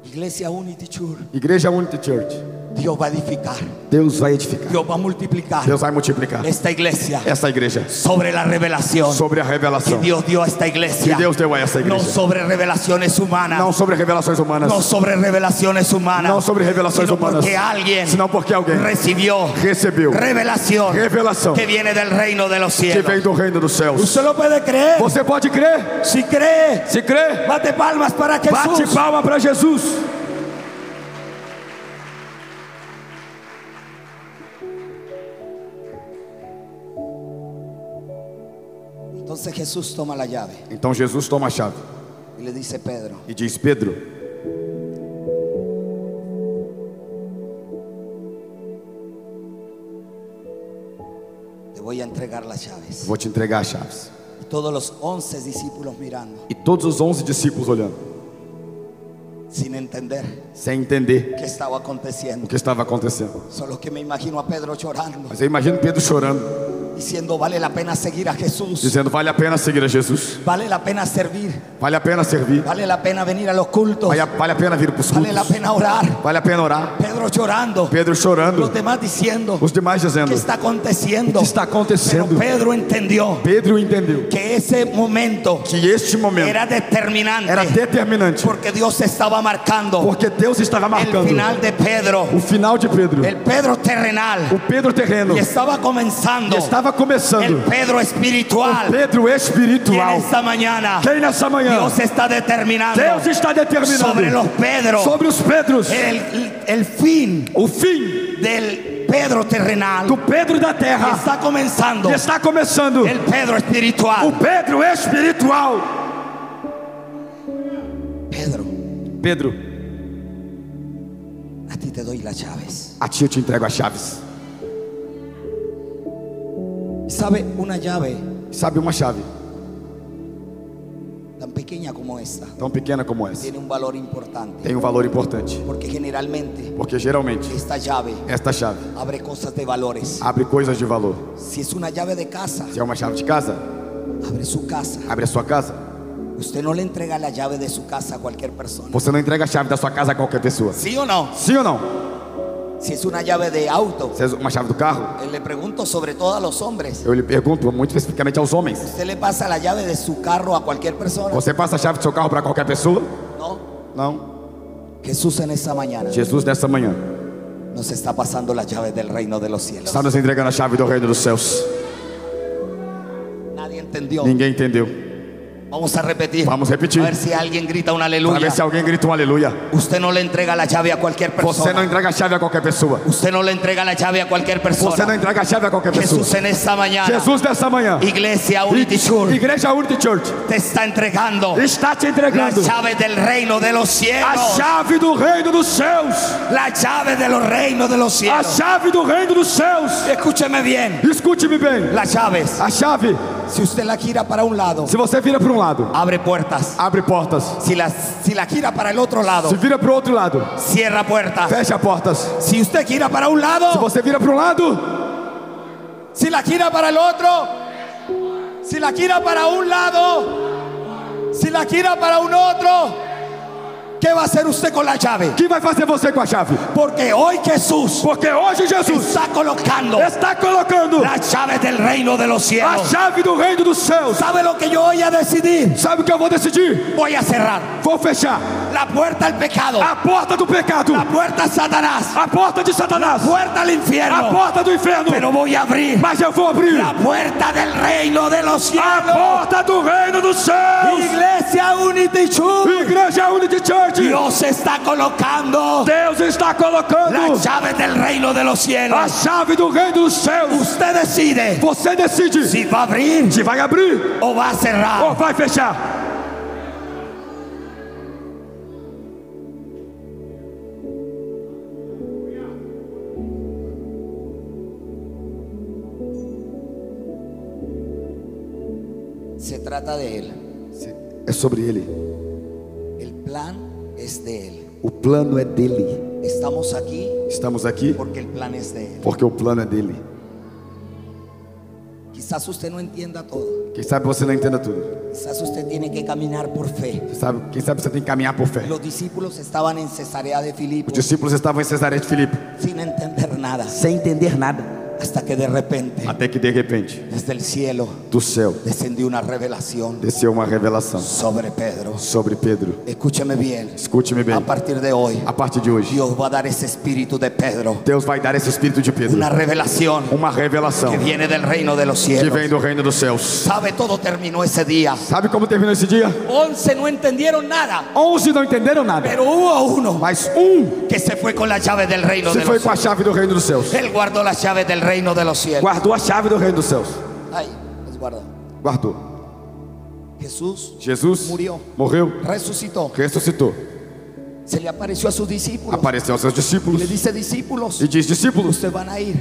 S2: Iglesia Unity Church.
S3: Igreja Unity Church.
S2: Dios va a edificar,
S3: Deus vai edificar.
S2: Dios va a multiplicar
S3: Deus vai multiplicar
S2: esta iglesia
S3: essa igreja
S2: sobre la revelación
S3: sobre a
S2: que
S3: revelação
S2: Dios dio a esta iglesia.
S3: que Deus deu a essa
S2: No
S3: igreja.
S2: sobre revelaciones humanas,
S3: Não sobre revelações humanas.
S2: no sobre revelaciones humanas,
S3: No sobre revelaciones
S2: sino
S3: humanas,
S2: porque alguien,
S3: sino porque alguien
S2: recibió
S3: recebeu
S2: revelación,
S3: Revelación.
S2: que viene del reino de los
S3: que
S2: cielos.
S3: vem do reino dos céus.
S2: Usted lo puede creer,
S3: Você pode crer?
S2: si cree,
S3: Se crer,
S2: bate palmas para Jesús.
S3: bate palma para Jesus.
S2: Entonces Jesús toma la llave
S3: Então Jesus toma a chave
S2: y le dice Pedro,
S3: e diz: Pedro,
S2: te voy a entregar las llaves.
S3: vou te entregar as chaves.
S2: Y todos los once discípulos mirando,
S3: E todos os onze discípulos olhando,
S2: sin entender
S3: sem entender
S2: qué estaba
S3: o
S2: aconteciendo.
S3: que estava acontecendo.
S2: Solo que me imagino a Pedro llorando,
S3: Mas eu imagino Pedro chorando,
S2: diciendo, vale la pena seguir a Jesús,
S3: dizendo: Vale a pena seguir a Jesus,
S2: vale la pena servir,
S3: vale a pena servir,
S2: vale la pena venir a los cultos,
S3: vale a, vale a pena vir para os
S2: vale la
S3: cultos,
S2: pena orar.
S3: vale a pena orar.
S2: Pedro llorando,
S3: Pedro
S2: los
S3: chorando,
S2: demás diciendo,
S3: os demais dizendo:
S2: ¿qué está aconteciendo?
S3: O que está acontecendo?
S2: Pero Pedro entendió
S3: Pedro entendeu
S2: que ese momento
S3: que este momento
S2: era determinante.
S3: era determinante,
S2: Porque Dios estaba marcando
S3: porque Deus estava
S2: el
S3: marcando
S2: final de Pedro,
S3: o final de Pedro,
S2: el Pedro terrenal,
S3: o Pedro terreno,
S2: y estaba comenzando
S3: que
S2: el
S3: estava começando,
S2: Pedro espiritual.
S3: Pedro
S2: Y en
S3: espiritual.
S2: esta mañana
S3: Quem nessa manhã?
S2: Dios está determinando
S3: Deus está
S2: sobre los
S3: determinando
S2: Pedros
S3: sobre os Pedros
S2: el, el fin
S3: o fim
S2: del Pedro terrenal.
S3: do Pedro da terra.
S2: Está comenzando
S3: E está começando
S2: el Pedro
S3: o
S2: espiritual.
S3: Pedro espiritual.
S2: Pedro,
S3: Pedro,
S2: a ti te doy las llaves.
S3: a ti eu te entrego as chaves.
S2: Y sabe, una llave
S3: Sabe uma chave
S2: tan pequeña como esta
S3: tão pequena como essa
S2: tiene un valor importante.
S3: tem um valor importante,
S2: Porque generalmente
S3: porque geralmente
S2: esta llave
S3: esta chave
S2: abre cosas de valores.
S3: abre coisas de valor.
S2: Si es una llave de casa,
S3: Se é uma chave de casa,
S2: abre su casa.
S3: abre a sua casa.
S2: Usted no le entrega la llave de su casa a cualquier persona.
S3: Você não entrega a chave da sua casa a qualquer pessoa.
S2: ¿Sí o no?
S3: Sim ou não?
S2: Si es una llave de auto,
S3: Se é uma chave do carro,
S2: eh, le pregunto sobre todo a los hombres.
S3: eu lhe pergunto muito especificamente aos homens.
S2: ¿Usted le pasa la llave de su carro a cualquier persona?
S3: Você passa a chave do seu carro para qualquer pessoa?
S2: No.
S3: Não.
S2: Jesús en esta mañana
S3: Jesus nessa manhã
S2: nos está pasando las llaves del reino de los cielos.
S3: está nos entregando a chave do reino dos céus.
S2: Nadie entendió.
S3: Ninguém entendeu.
S2: Vamos a repetir.
S3: Vamos a repetir.
S2: A ver si alguien grita un
S3: Para
S2: aleluya.
S3: ver se alguém grita um aleluia.
S2: Usted no le entrega la llave a cualquier
S3: Você não
S2: persona.
S3: entrega a chave a qualquer pessoa.
S2: Usted no le entrega la llave a cualquier
S3: Você não
S2: persona.
S3: entrega a chave a qualquer pessoa.
S2: Jesús en esta mañana.
S3: Jesus nessa manhã.
S2: Iglesia Unity é Church
S3: Igreja Unity Church
S2: te está entregando
S3: está te
S2: las
S3: entregando
S2: llaves del reino de los
S3: a
S2: cielos.
S3: chave do reino dos céus.
S2: Las llaves de los reinos de los
S3: A
S2: cielos.
S3: chave do reino dos céus.
S2: Escúcheme bien.
S3: Escute-me bem.
S2: Las llaves.
S3: A chave,
S2: Si usted la gira para un lado,
S3: se você vira para um lado,
S2: abre puertas.
S3: abre portas.
S2: Si la, si la gira para el otro lado,
S3: Se vira pro outro lado,
S2: cierra puertas.
S3: fecha portas.
S2: Si usted gira para un
S3: Se
S2: lado,
S3: você vira pro lado,
S2: si la gira para el otro, si la gira para un lado, si la gira para un otro, ¿qué va a hacer usted con la llave?
S3: o que vai fazer você com a chave?
S2: Porque hoy Jesús
S3: Porque hoje Jesus
S2: está colocando
S3: está colocando
S2: las llaves del reino de los
S3: a
S2: cielos.
S3: chave do reino dos céus.
S2: ¿Sabe lo que yo voy a decidir?
S3: Sabe o que eu vou decidir?
S2: Voy a cerrar
S3: Vou fechar
S2: la puerta al pecado,
S3: a porta do pecado,
S2: la puerta a Satanás,
S3: a porta de Satanás,
S2: puerta al
S3: a
S2: infierno,
S3: porta do inferno.
S2: pero voy a abrir
S3: Mas eu vou abrir
S2: la puerta del reino de los
S3: a
S2: cielos.
S3: porta do reino dos céus.
S2: Iglesia Unity Church.
S3: Igreja Unity Church,
S2: Dios está colocando
S3: Deus está
S2: las
S3: colocando
S2: llaves del reino de los
S3: a
S2: cielos.
S3: chave do reino dos céus.
S2: Usted decide
S3: Você decide
S2: si va a abrir
S3: se vai abrir
S2: o va a
S3: ou
S2: cerrar.
S3: vai fechar.
S2: Se trata de Él.
S3: É sobre ele.
S2: El plan es de Él.
S3: O plano é dele.
S2: Estamos aquí
S3: Estamos aqui
S2: porque el plan es de Él.
S3: porque o plano é dele.
S2: Quizás usted no entienda todo.
S3: Quem sabe você não entenda tudo.
S2: Quizás usted tiene que caminar por fe.
S3: Quem sabe, quem sabe você tem que caminhar por fé.
S2: Los discípulos estaban en Cesarea de Filipo
S3: Os discípulos estavam em Cesareia de Filipe.
S2: sin entender nada.
S4: sem entender nada.
S2: Hasta que de repente,
S3: Até que de repente,
S2: desde el cielo,
S3: do céu,
S2: descendió una revelación
S3: desceu uma revelação
S2: sobre Pedro.
S3: sobre Pedro.
S2: Escúcheme bien.
S3: Escute-me bem.
S2: A partir de hoy,
S3: A partir de hoje,
S2: Dios va a dar ese espíritu de Pedro.
S3: Deus vai dar esse espírito de Pedro.
S2: Una revelación
S3: Uma revelação
S2: que viene del reino de los
S3: que
S2: cielos.
S3: vem do reino dos céus.
S2: Sabe, todo terminó ese día.
S3: Sabe como terminou esse dia?
S2: Once no entendieron nada,
S3: Onze não entenderam nada.
S2: pero hubo uno
S3: Mas um
S2: que se fue con la llave del reino
S3: se
S2: de
S3: foi
S2: los
S3: com a
S2: cielos.
S3: chave do reino dos céus.
S2: Él guardó las llaves del reino de los cielos.
S3: Guardou a chave do reino dos céus.
S2: Ay, las guardó.
S3: Guardou.
S2: Jesús
S3: Jesus
S2: Murió.
S3: morreu,
S2: resucitó.
S3: ressuscitou.
S2: Se le apareció a sus discípulos.
S3: Apareceu aos seus discípulos
S2: Le dice discípulos,
S3: e diz: Discípulos,
S2: ustedes van a ir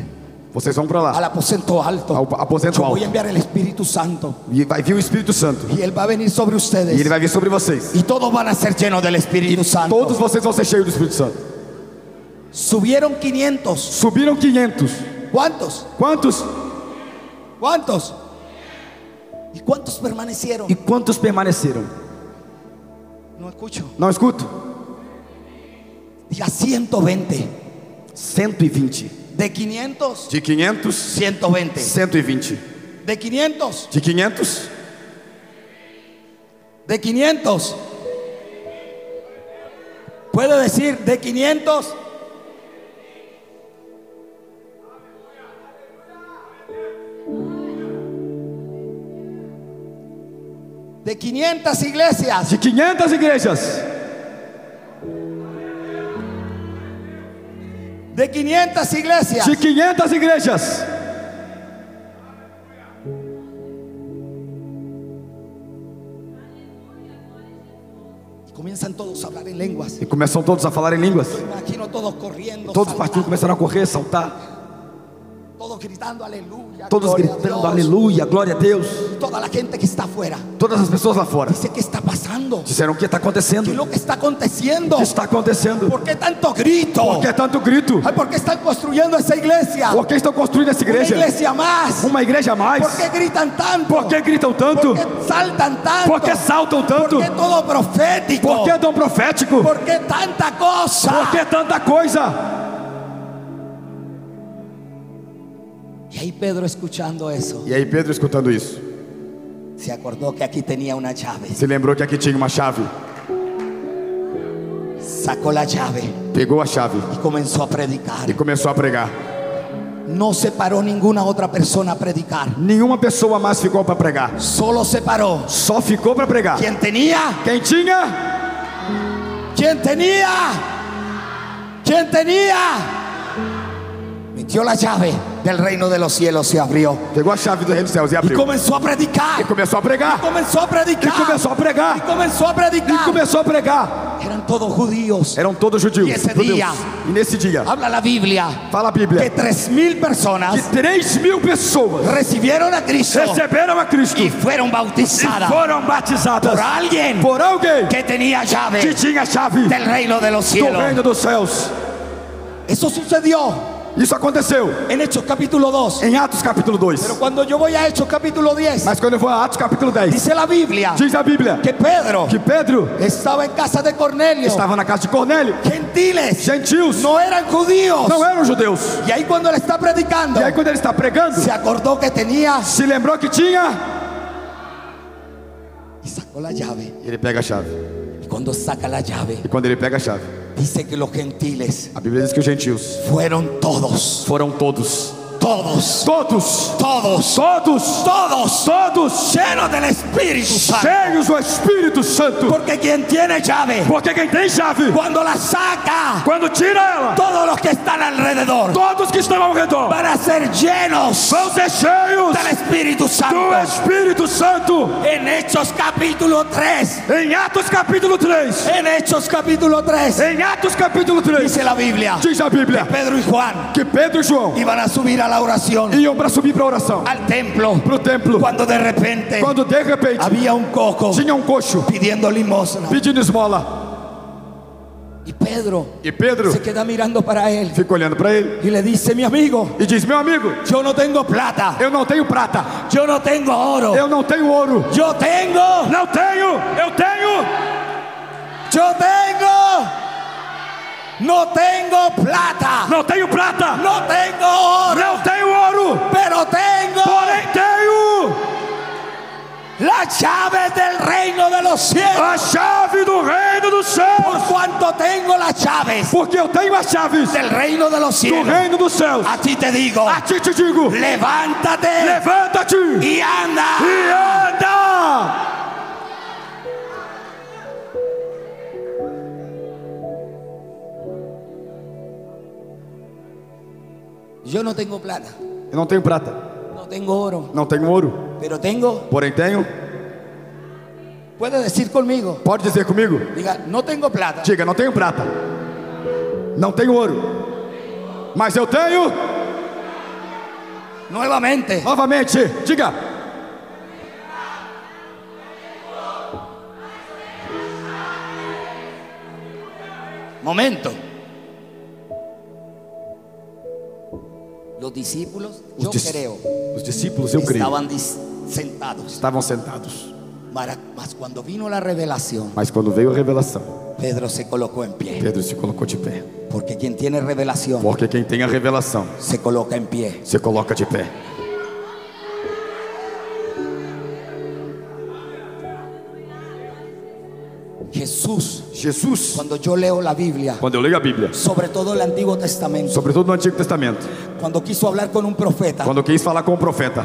S3: vocês vão para
S2: al
S3: lá,
S2: aposento
S3: ao
S2: alto.
S3: aposento
S2: Yo voy a
S3: alto.
S2: enviar el Espíritu Santo
S3: E vai vir o Espírito Santo.
S2: y él va a venir sobre ustedes.
S3: E ele vai vir sobre vocês.
S2: Y todos van a ser llenos del Espíritu Santo.
S3: Todos vocês vão ser cheios do Espírito Santo.
S2: Subieron 500.
S3: Subiram 500.
S2: ¿Cuántos?
S3: Quantos?
S2: ¿Cuántos? ¿Y cuántos permanecieron?
S4: E quantos permaneceram?
S2: No escucho.
S3: Não escuto?
S2: Diga 120.
S4: 120.
S2: De 500,
S3: De 500,
S2: 120.
S3: 120.
S2: De 500,
S3: De 500,
S2: de 500. Puede decir de 500. De 500 iglesias.
S3: de 500 igrejas.
S2: De 500 iglesias.
S3: De 500 igrejas.
S2: Comienzan todos a hablar en lenguas.
S3: E começam todos a falar em línguas.
S2: Imagino todos corriendo.
S3: Todos partiram,
S2: saltando,
S3: começaram a correr, saltar.
S2: Todos gritando aleluya.
S4: Todos
S2: gloria a
S4: gritando
S2: Dios".
S4: aleluia, glória a Deus.
S2: Toda la gente que está afuera
S3: Todas as pessoas lá fora
S2: dice: ¿Qué está pasando?
S3: disseram: O que está acontecendo?
S2: ¿Qué es lo que está aconteciendo?
S3: O que está acontecendo?
S2: ¿Por qué tanto grito?
S3: Por que tanto grito?
S2: Ay, ¿Por qué están construyendo essa iglesia?
S3: Por que estão construindo essa
S2: Una
S3: igreja?
S2: iglesia más.
S3: Uma igreja a mais?
S2: ¿Por qué gritan tanto?
S3: Por que gritam
S2: ¿Por
S3: tanto?
S2: qué saltan tanto?
S3: Por que saltam tanto?
S2: ¿Por qué todo profético?
S3: Por que dom profético?
S2: ¿Por qué tanta cosa?
S3: Por que tanta coisa?
S2: Y ahí Pedro escuchando eso,
S3: E aí Pedro, escutando isso,
S2: se acordó que aquí tenía una llave.
S3: se lembrou que aqui tinha uma chave.
S2: Sacó la llave
S3: Pegou a chave
S2: y comenzó a
S3: e
S2: predicar.
S3: começou a pregar.
S2: No se paró ninguna otra persona a predicar.
S3: Nenhuma pessoa mais ficou para pregar.
S2: Solo se paró
S3: Só ficou para pregar.
S2: quien tenía,
S3: Quem tinha?
S2: quien tenía, quien tenía. Metió la llave del reino de los cielos, se abrió
S3: Pegou a chave do reino dos céus e
S2: y
S3: abriu.
S2: comenzó a
S3: E
S2: predicar.
S3: começou a pregar.
S2: Comenzó a
S3: E
S2: predicar.
S3: começou a
S2: Y
S3: pregar.
S2: comenzó a
S3: E
S2: predicar.
S3: começou a pregar.
S2: Eran todos judíos.
S3: Eram todos judios.
S2: E esse
S3: judeus.
S2: dia?
S3: E nesse dia,
S2: Habla la Biblia
S3: fala a
S2: que
S3: Bíblia,
S2: tres mil personas
S3: que 3 mil pessoas
S2: recibieron a Cristo
S3: receberam a Cristo
S2: y fueron
S3: e
S2: bautizadas
S3: foram batizadas
S2: por alguien
S3: por alguém
S2: que tenía
S3: que
S2: llave
S3: tinha a chave
S2: del reino de los
S3: do
S2: cielos.
S3: reino dos céus.
S2: Eso sucedió
S3: Isso aconteceu
S2: en Hechos capítulo 2.
S3: em Atos capítulo 2.
S2: Cuando yo voy a Hechos capítulo 10,
S3: Mas quando eu vou a Atos capítulo 10,
S2: dice la Biblia
S3: diz a Bíblia
S2: que Pedro
S3: que Pedro
S2: estaba en casa de Cornelio.
S3: estava na casa de Cornélio.
S2: Gentiles
S3: Gentios
S2: no eran judíos.
S3: não eram judeus.
S2: Y ahí cuando él está predicando,
S3: E aí quando ele está pregando,
S2: se acordó que tenía
S3: se lembrou que tinha.
S2: y sacó la llave.
S3: Ele pega a chave.
S2: Y cuando saca la llave,
S3: E quando ele pega a chave,
S2: dice que los gentiles
S3: a Bíblia diz que os gentios
S2: fueron todos,
S3: foram todos,
S2: todos,
S3: todos,
S2: todos,
S3: todos,
S2: todos
S3: todos
S2: llenos del Espíritu Santo.
S3: cheios do Espírito Santo.
S2: Porque quien tiene llave,
S3: Porque quem tem chave,
S2: cuando la saca,
S3: quando tira ela,
S2: todos los que están alrededor
S3: todos que estão ao redor
S2: van a ser llenos
S3: vão ser cheios
S2: del Espíritu
S3: do
S2: Santo.
S3: Espírito Santo.
S2: En Hechos capítulo 3,
S3: Em Atos capítulo 3,
S2: en Hechos capítulo 3,
S3: em Atos capítulo 3,
S2: dice la Biblia,
S3: diz a Bíblia
S2: Pedro y Juan
S3: que Pedro e João
S2: iban a subir a la oración
S3: iam para subir para oração,
S2: al templo
S3: para o templo,
S2: cuando de repente
S3: quando de repente
S2: había un coco
S3: tinha um coxo
S2: pidiendo limosna
S3: pedindo esmola.
S2: Y Pedro
S3: E Pedro
S2: se queda mirando para él
S3: fica olhando para ele
S2: y le dice, mi amigo,
S3: e diz: Meu amigo,
S2: yo no tengo plata,
S3: eu não tenho prata,
S2: yo no tengo oro,
S3: eu não tenho ouro,
S2: yo tengo,
S5: Não tenho, eu tenho,
S2: yo tengo, no tengo plata,
S5: não tenho prata,
S2: no tengo oro,
S5: não tenho ouro,
S2: pero tengo
S5: porém tenho
S2: las llaves del reino de los cielos.
S5: a chave do reino dos
S2: Por
S5: céus.
S2: cuanto tengo las llaves
S3: porque eu tenho as chaves
S2: del reino de los
S3: do
S2: cielos,
S3: reino dos céus.
S2: a ti te digo,
S3: A ti te digo:
S2: levántate
S3: levanta-te e
S2: y anda.
S3: anda.
S2: Yo no tengo plata,
S3: Eu não tenho prata,
S2: no tengo oro,
S3: não tenho ouro,
S2: pero tengo,
S3: porém tenho.
S2: puede decir conmigo,
S3: Pode dizer comigo?
S2: diga, no tengo plata,
S3: Diga: Não tenho prata, não tenho ouro, mas eu tenho.
S2: nuevamente,
S3: Ah. Novamente, diga.
S2: momento. Los discípulos, yo
S3: dis-
S2: creo,
S3: Os discípulos, eu creio,
S2: estaban dis- sentados,
S3: estavam sentados.
S2: Mara- mas cuando vino la revelación,
S3: Mas quando veio a revelação,
S2: Pedro se colocó en pie,
S3: Pedro se colocou de pé.
S2: porque quien tiene revelación
S3: Porque quem tem a revelação
S2: se coloca en pie.
S3: se coloca de pé.
S2: Jesús,
S3: Jesus,
S2: cuando yo leo la Biblia,
S3: quando eu leio a Bíblia,
S2: sobre todo el Antiguo Testamento,
S3: sobretudo no Antigo Testamento,
S2: cuando quiso hablar con un profeta,
S3: quando eu quis falar com o profeta,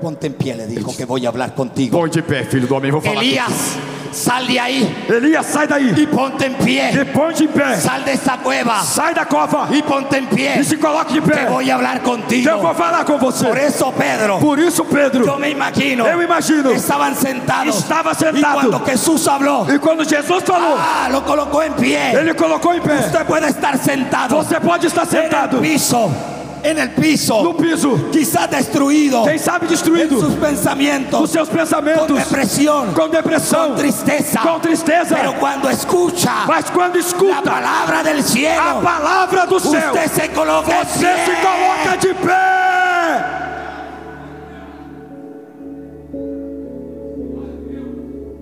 S2: ponte en pie, le dijo que voy a hablar contigo.
S3: põe de pé, filho do homem, vou falar.
S2: Elías, sal de ahí
S3: contigo. Elias, sai daí
S2: y ponte en pie.
S3: e põe de pé.
S2: Sal de esa cueva
S3: Sai da cova
S2: y ponte en pie.
S3: e se coloque de
S2: Que
S3: pé.
S2: voy a hablar
S3: Eu vou
S2: contigo.
S3: falar com você.
S2: Por eso, Pedro,
S3: Por isso, Pedro,
S2: yo me imagino,
S3: eu imagino,
S2: estaban sentados.
S3: estava
S2: Y cuando
S3: sentado.
S2: Jesús habló,
S3: E quando Jesus falou,
S2: ah, lo colocó en pie.
S3: ele colocou em pé.
S2: Usted puede estar sentado
S3: Você pode estar sentado
S2: en el piso, en el
S3: no
S2: piso,
S3: piso,
S2: quizás destruido
S3: quem sabe
S2: en sus
S3: destruído os
S2: pensamientos,
S3: seus
S2: con
S3: pensamentos,
S2: depresión,
S3: com depressão,
S2: con tristeza.
S3: com tristeza.
S2: Pero cuando escucha
S3: Mas quando
S2: la
S3: escuta
S2: palabra del
S3: a
S2: cielo,
S3: palavra do céu,
S2: usted se coloca en
S3: você se
S2: pie.
S3: coloca de pé.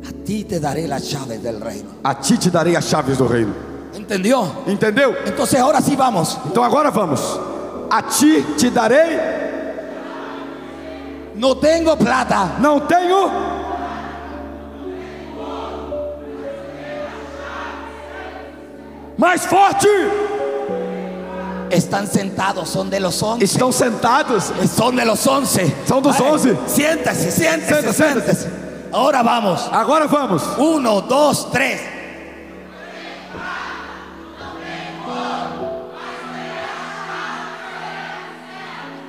S2: A ti te daré las llaves del reino.
S3: A ti te darei as chaves do reino.
S2: ¿Entendió?
S3: Entendeu?
S2: Entonces ahora sí vamos.
S3: Então agora vamos. A ti te darei,
S2: No tengo plata,
S3: não tenho,
S5: Mais forte,
S2: están sentados, son de los once.
S3: estão sentados.
S2: Son de los once.
S3: Son dos
S2: Vale.
S3: once.
S2: Siéntese, siéntese,
S3: Siéntese, siéntese.
S2: siéntese. Ahora vamos.
S3: Agora vamos.
S2: Uno, dos, tres.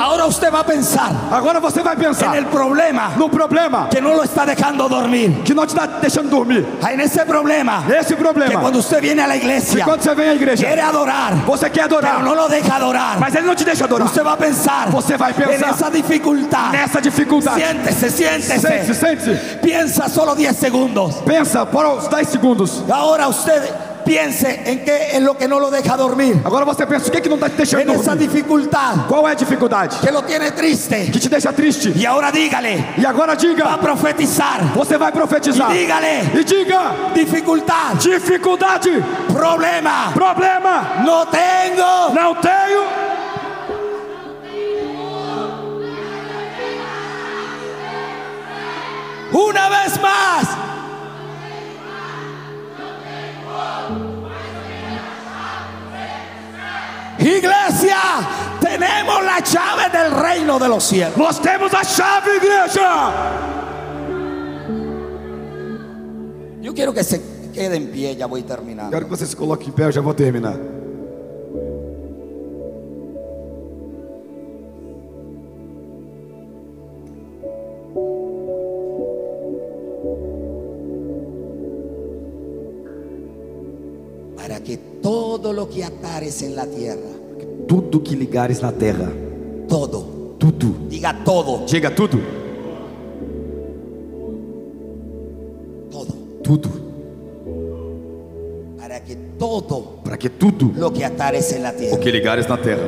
S2: Ahora usted va a pensar
S3: Agora você vai
S2: en
S3: pensar
S2: el problema
S3: no problema
S2: que no lo está dejando dormir.
S3: que não te está deixando dormir.
S2: En ese problema que
S3: Esse
S2: é
S3: problema.
S2: cuando usted viene a la
S3: Que
S2: iglesia
S3: quando você vem à igreja,
S2: quiere adorar,
S3: você quer
S2: pero
S3: adorar,
S2: no lo deja adorar.
S3: mas ele não te deixa adorar.
S2: Usted va a pensar
S3: Você vai
S2: en
S3: pensar
S2: esa dificultad.
S3: nessa dificuldade.
S2: Siéntese,
S3: Sente-se,
S2: siéntese.
S3: sente-se.
S2: Piensa solo 10 segundos.
S3: Pensa por uns 10 segundos.
S2: Ahora usted piense en qué en lo que no lo deja dormir.
S3: Agora você pensa, o que, que não está te deixando
S2: En esa
S3: dormir?
S2: dificultad
S3: Qual é a dificuldade
S2: que lo tiene triste.
S3: que te deixa triste?
S2: Y ahora dígale,
S3: E
S2: va
S3: agora
S2: a
S3: diga,
S2: profetizar.
S3: você vai profetizar.
S2: Dígale,
S3: E diga,
S2: dificultad,
S3: dificuldade,
S2: problema.
S3: problema,
S2: No tengo.
S3: não tenho.
S2: Una vez más. Iglesia, tenemos la llave del reino de los cielos.
S3: Nós temos a chave, igreja.
S2: Yo quiero que se quede en pie, ya voy terminando.
S3: Quero que você se coloque em pé, eu já vou terminar.
S2: Para que todo lo que atares en la tierra,
S6: Tudo que ligares na terra,
S2: todo,
S6: tudo,
S2: diga todo,
S3: Diga tudo,
S2: todo,
S6: tudo,
S2: para para que todo
S3: para que tudo
S2: lo que atares en la
S3: o
S2: tierra
S3: que ligares na terra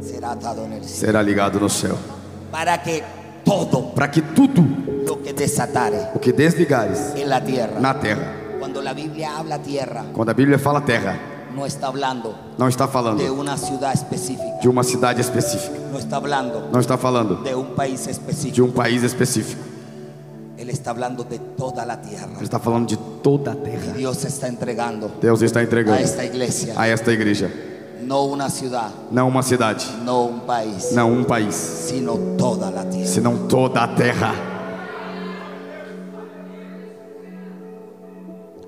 S2: será atado en el cielo.
S3: será ligado no céu.
S2: Para que todo
S3: Para que tudo
S2: lo que desatare
S3: o que desligares
S2: en la tierra.
S3: na terra.
S2: Cuando la Biblia habla tierra,
S3: Quando a Bíblia fala terra,
S2: no está hablando
S3: não está
S2: de
S3: falando
S2: una ciudad específica,
S3: de uma cidade específica.
S2: no está hablando
S3: Não está falando
S2: de un país
S3: de
S2: específico.
S3: um país específico.
S2: Él está hablando de toda la tierra.
S3: Ele está falando de toda a terra.
S2: Dios está entregando
S3: Deus está
S2: a
S3: entregando
S2: esta iglesia
S3: a esta igreja
S2: no una ciudad,
S3: não uma cidade,
S2: no un país,
S3: não um país,
S2: sino toda la tierra.
S3: senão toda a terra.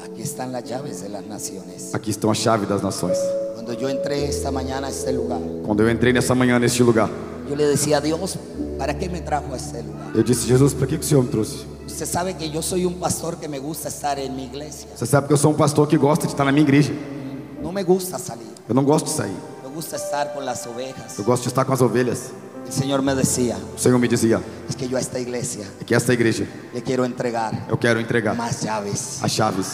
S2: Aquí están las llaves de las naciones.
S3: Aqui estão a chave das nações.
S2: Cuando yo entré esta mañana a este lugar,
S3: Quando eu entrei nessa manhã neste lugar,
S2: yo le decía a Dios, ¿para qué me trajo a este lugar?
S3: eu disse: Jesus, para que, que o Senhor me trouxe?
S2: Usted sabe que yo soy un pastor que me gusta estar en mi iglesia.
S3: Você sabe que eu sou um pastor que gosta de estar na minha igreja.
S2: No me gusta salir,
S3: Eu não gosto de sair.
S2: me gusta estar con las ovejas.
S3: Eu gosto de estar com as ovelhas.
S2: El Señor me decía,
S3: O Senhor me dizia:
S2: es que yo a esta iglesia
S3: é que esta igreja
S2: le quiero entregar
S3: eu quero entregar
S2: más llaves.
S3: as chaves.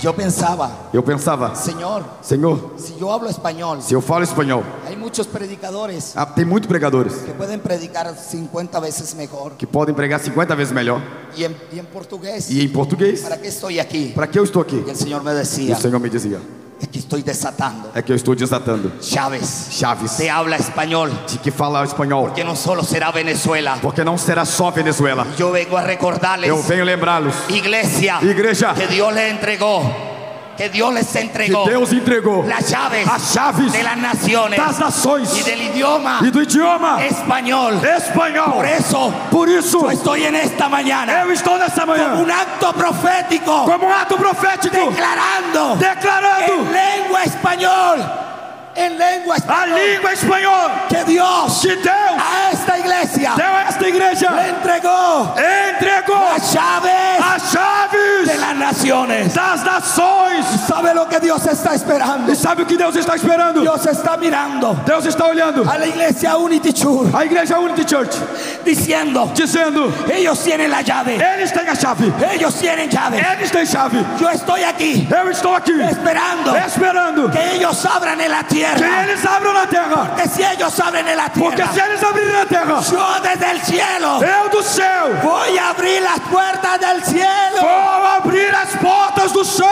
S2: Y yo pensaba,
S3: Eu pensava:
S2: Señor,
S3: Senhor,
S2: si yo hablo español,
S3: se eu falo espanhol,
S2: hay muchos predicadores
S3: ah, tem muitos pregadores
S2: que pueden predicar 50 veces mejor
S3: que podem pregar 50 vezes melhor
S2: y en, y en portugués.
S3: e em português.
S2: ¿Para qué estoy aquí?
S3: Para que eu estou aqui?
S2: Y el Señor me
S3: E o
S2: decía,
S3: Senhor me dizia:
S2: es que estoy desatando
S3: é que eu estou desatando
S2: llaves.
S3: chaves
S2: Se habla español,
S3: de que fala espanhol.
S2: que no solo será Venezuela.
S3: Porque não será só Venezuela.
S2: Yo vengo a recordarles,
S3: Eu venho lembrá-los
S2: iglesia,
S3: Igreja.
S2: que Dios les entregó, que Dios les
S3: que
S2: entregó
S3: Deus entregou
S2: las llaves
S3: as chaves
S2: de las naciones
S3: das nações
S2: y Eh. del idioma
S3: e do idioma
S2: español.
S3: espanhol.
S2: Por eso
S3: Por isso,
S2: yo estoy en esta mañana
S3: eu estou nessa
S2: como
S3: manhã
S2: un acto profético
S3: como um ato profético
S2: declarando en
S3: declarando
S2: lengua español, en lengua
S3: a
S2: español,
S3: língua espanhola
S2: que Dios
S3: que Deus
S2: a esta iglesia
S3: deu a esta igreja.
S2: le entregó
S3: Entregou
S2: las llaves
S3: as
S2: de
S3: chaves
S2: las naciones.
S3: das nações.
S2: ¿Sabe lo que Dios está esperando?
S3: E sabe o que Deus está esperando?
S2: Dios está mirando
S3: Deus está olhando
S2: a la iglesia Unity Church
S3: a igreja Unity Church
S2: diciendo,
S3: dizendo:
S2: ellos tienen la llave,
S3: eles têm a chave,
S2: ellos tienen llave.
S3: eles têm chave.
S2: Yo estoy aquí
S3: Eu estou aqui
S2: esperando
S3: esperando
S2: que ellos abran en la
S3: que
S2: tierra.
S3: eles abram na terra.
S2: Que si ellos abren en la
S3: Porque
S2: tierra,
S3: se eles abrirem na terra,
S2: yo desde el cielo
S3: eu do céu
S2: voy a abrir las puertas del cielo.
S3: vou abrir as portas do céu.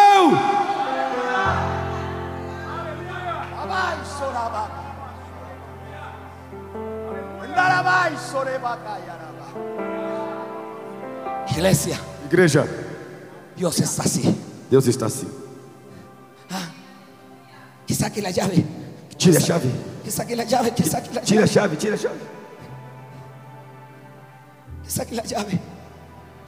S2: Iglesia,
S3: Igreja,
S2: Dios está así.
S3: Deus está assim.
S2: Que saque la llave,
S3: Tire a chave,
S2: que saque la llave, que saque la
S3: tire a
S2: llave,
S3: chave, tire a chave.
S2: que saque la llave.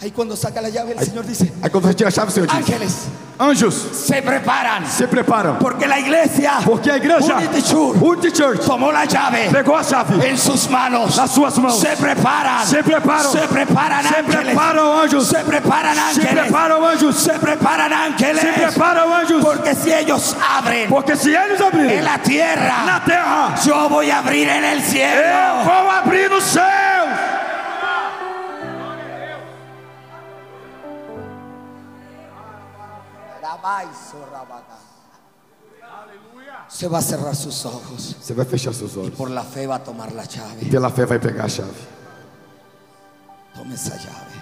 S2: Ahí cuando saca la llave el Señor dice,
S3: Aí quando você tira a chave, o Senhor diz:
S2: ángeles,
S3: Anjos,
S2: se preparan.
S3: se preparam.
S2: Porque la iglesia
S3: Porque a igreja
S2: Unity Church
S3: Unity Church
S2: tomó la llave
S3: pegou a chave
S2: en sus manos.
S3: nas suas mãos.
S2: Se preparan.
S3: Se preparam.
S2: Se preparan
S3: Se
S2: ángeles.
S3: preparam, anjos.
S2: Se preparan
S3: Se
S2: ángeles.
S3: preparam, anjos.
S2: Se preparan ángeles.
S3: Se preparam, anjos.
S2: Porque si ellos abren
S3: Porque se eles abrirem
S2: en la tierra,
S3: na terra,
S2: yo voy a abrir en el
S3: eu
S2: cielo.
S3: vou abrir no céu.
S2: Se va a cerrar sus ojos.
S3: Você vai fechar seus olhos.
S2: Por la fe va a tomar la llave.
S3: Pela fé vai pegar a chave.
S2: Tome esa llave.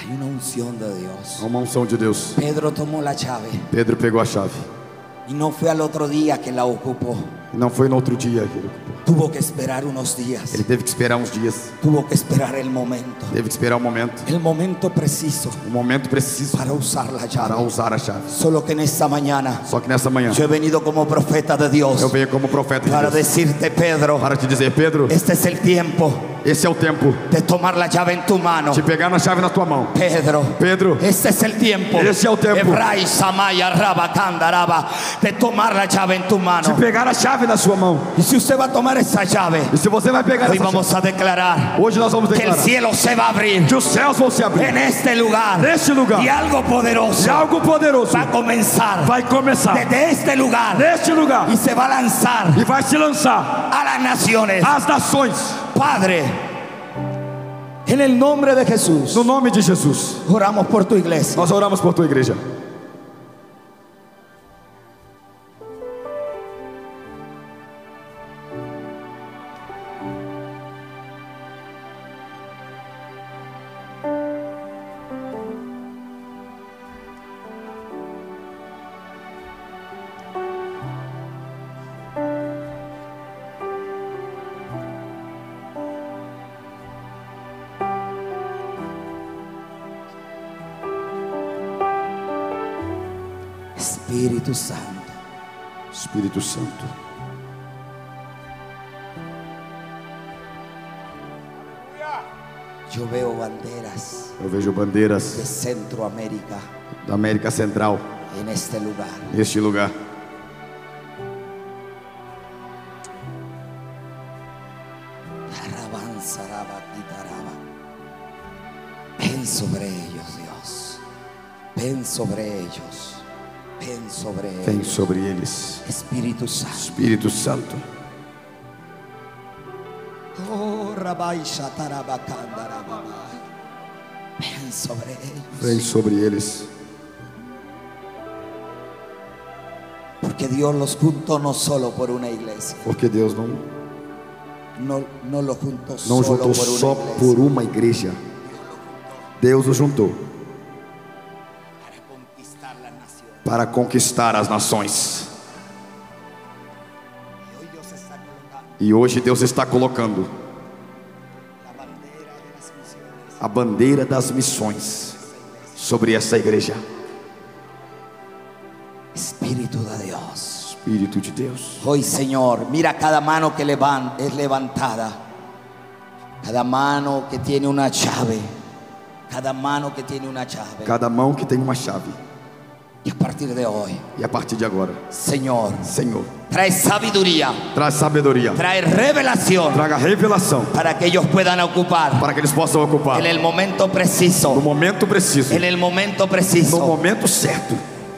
S2: Hay una unción de Dios.
S3: Há uma unção de Deus.
S2: Pedro tomó la llave
S3: Pedro pegou a chave.
S2: y no fue al otro día que la ocupó.
S3: E não foi no outro dia que ele ocupou.
S2: Tuvo que esperar unos días.
S3: Ele teve que esperar uns dias.
S2: Tuvo que esperar el momento.
S3: Teve que esperar o momento.
S2: El momento preciso
S3: O momento preciso
S2: para usar la
S3: para
S2: llave.
S3: usar a chave.
S2: Solo que en esta mañana
S3: Só que nessa manhã,
S2: yo he venido como profeta de
S3: eu
S2: Deus
S3: venho como profeta
S2: para
S3: de Deus.
S2: decirte, Pedro,
S3: Para te dizer, Pedro,
S2: este es el tiempo
S3: esse é o tempo
S2: de tomar la llave en tu mano.
S3: de pegar na chave na tua mão.
S2: Pedro.
S3: Pedro,
S2: Este es el tiempo.
S3: Ese es el tiempo.
S2: Ebrai, Samaya, Rabba, Kanda, Rabba, de tomar la llave en tu mano.
S3: de pegar a chave na sua mão.
S2: Y si usted va a tomar esa llave,
S3: E se você vai pegar
S2: hoy
S3: essa chave,
S2: vamos a declarar
S3: hoje nós vamos
S2: que el
S3: declarar
S2: cielo se va a abrir
S3: que os céus vão se abrir.
S2: en é este lugar.
S3: Neste lugar.
S2: Y algo
S3: E
S2: poderoso
S3: algo poderoso
S2: va a comenzar
S3: vai começar
S2: desde este lugar
S3: neste lugar
S2: y se va a lanzar
S3: e vai se lançar Ah.
S2: a las naciones.
S3: às nações.
S2: Padre, En el nombre de Jesús,
S3: No nome de Jesus,
S2: oramos por tu iglesia.
S3: nós oramos por tua igreja.
S2: Espíritu Santo,
S3: Espírito Santo,
S2: yo veo banderas
S3: eu vejo
S2: de
S3: bandeiras
S2: Centroamérica
S3: da América Central
S2: en este lugar.
S3: neste lugar.
S2: Tarabán, saraba, titaraba. Ven sobre ellos, Dios. Ven sobre ellos. Ven sobre ellos.
S3: Vem sobre eles,
S2: Espíritu Santo.
S3: Espírito Santo.
S2: Oh, rabai, shataraba, kandarababa. Ven sobre ellos.
S3: Vem sobre eles,
S2: Porque Dios los juntó no solo por una iglesia.
S3: porque Deus não,
S2: No, no los juntó
S3: não
S2: solo por
S3: juntou
S2: una
S3: só
S2: iglesia.
S3: por uma igreja. Deus o juntou para conquistar as nações. E hoje Deus está colocando a bandeira das missões sobre essa igreja.
S2: Espíritu de Dios.
S3: Espírito de Deus.
S2: Hoy, Señor, mira cada mano que levan- es levantada, cada mano que tiene una llave, cada mano que tiene una llave.
S3: Cada mão que tem uma chave.
S2: Y a partir de hoy,
S3: E a partir de agora,
S2: Señor,
S3: Senhor,
S2: trae sabiduría,
S3: traz sabedoria,
S2: trae revelación
S3: traga revelação
S2: para que ellos puedan ocupar
S3: para que eles possam ocupar
S2: en el momento
S3: no
S2: preciso,
S3: momento preciso,
S2: en el momento
S3: no
S2: preciso,
S3: momento certo,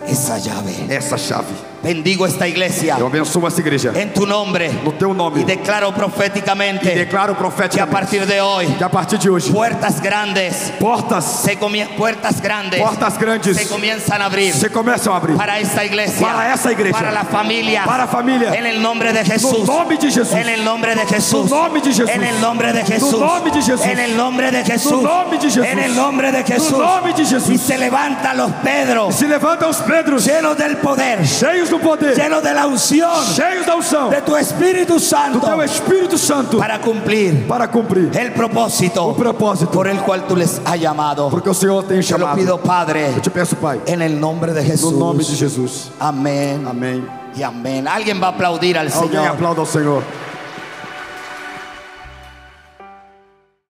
S2: esa llave.
S3: essa chave.
S2: Bendigo esta iglesia
S3: Eu abençoo essa igreja
S2: en tu nombre
S3: no teu
S2: y
S3: nome
S2: declaro
S3: e
S2: proféticamente
S3: declaro
S2: que a
S3: profeticamente
S2: partir de hoy,
S3: que a partir de hoje
S2: puertas grandes
S3: portas,
S2: se comie- puertas grandes
S3: portas grandes
S2: se comienzan a abrir
S3: se começam a abrir
S2: para esta iglesia,
S3: Para esta iglesia.
S2: para la familia,
S3: para a
S2: en
S3: família.
S2: el nombre de Jesús,
S3: No nombre de Jesús.
S2: en el nombre de Jesús,
S3: No nombre de Jesús.
S2: en el nombre de Jesús,
S3: No nombre de Jesús.
S2: en el nombre de Jesús,
S3: No nombre de Jesús.
S2: en el nombre de Jesús,
S3: No nombre de Jesús.
S2: y se levantan los Pedros
S3: Se levantam os Pedros
S2: llenos del poder,
S3: cheios do poder,
S2: llenos de la unción
S3: cheios da unção
S2: de tu Espíritu
S3: do
S2: Santo
S3: teu Espírito Santo
S2: para cumplir
S3: para cumprir
S2: el propósito
S3: o propósito
S2: por el cual tú les has llamado.
S3: porque é o Senhor tem
S2: Te lo
S3: chamado.
S2: pido, Padre,
S3: Eu te peço, Pai,
S2: en el nombre de
S3: no
S2: Jesús.
S3: nome de Jesus.
S2: Amén.
S3: Amém.
S2: Y amén. Alguien va a aplaudir al
S3: Alguém
S2: Señor.
S3: aplauda ao Senhor.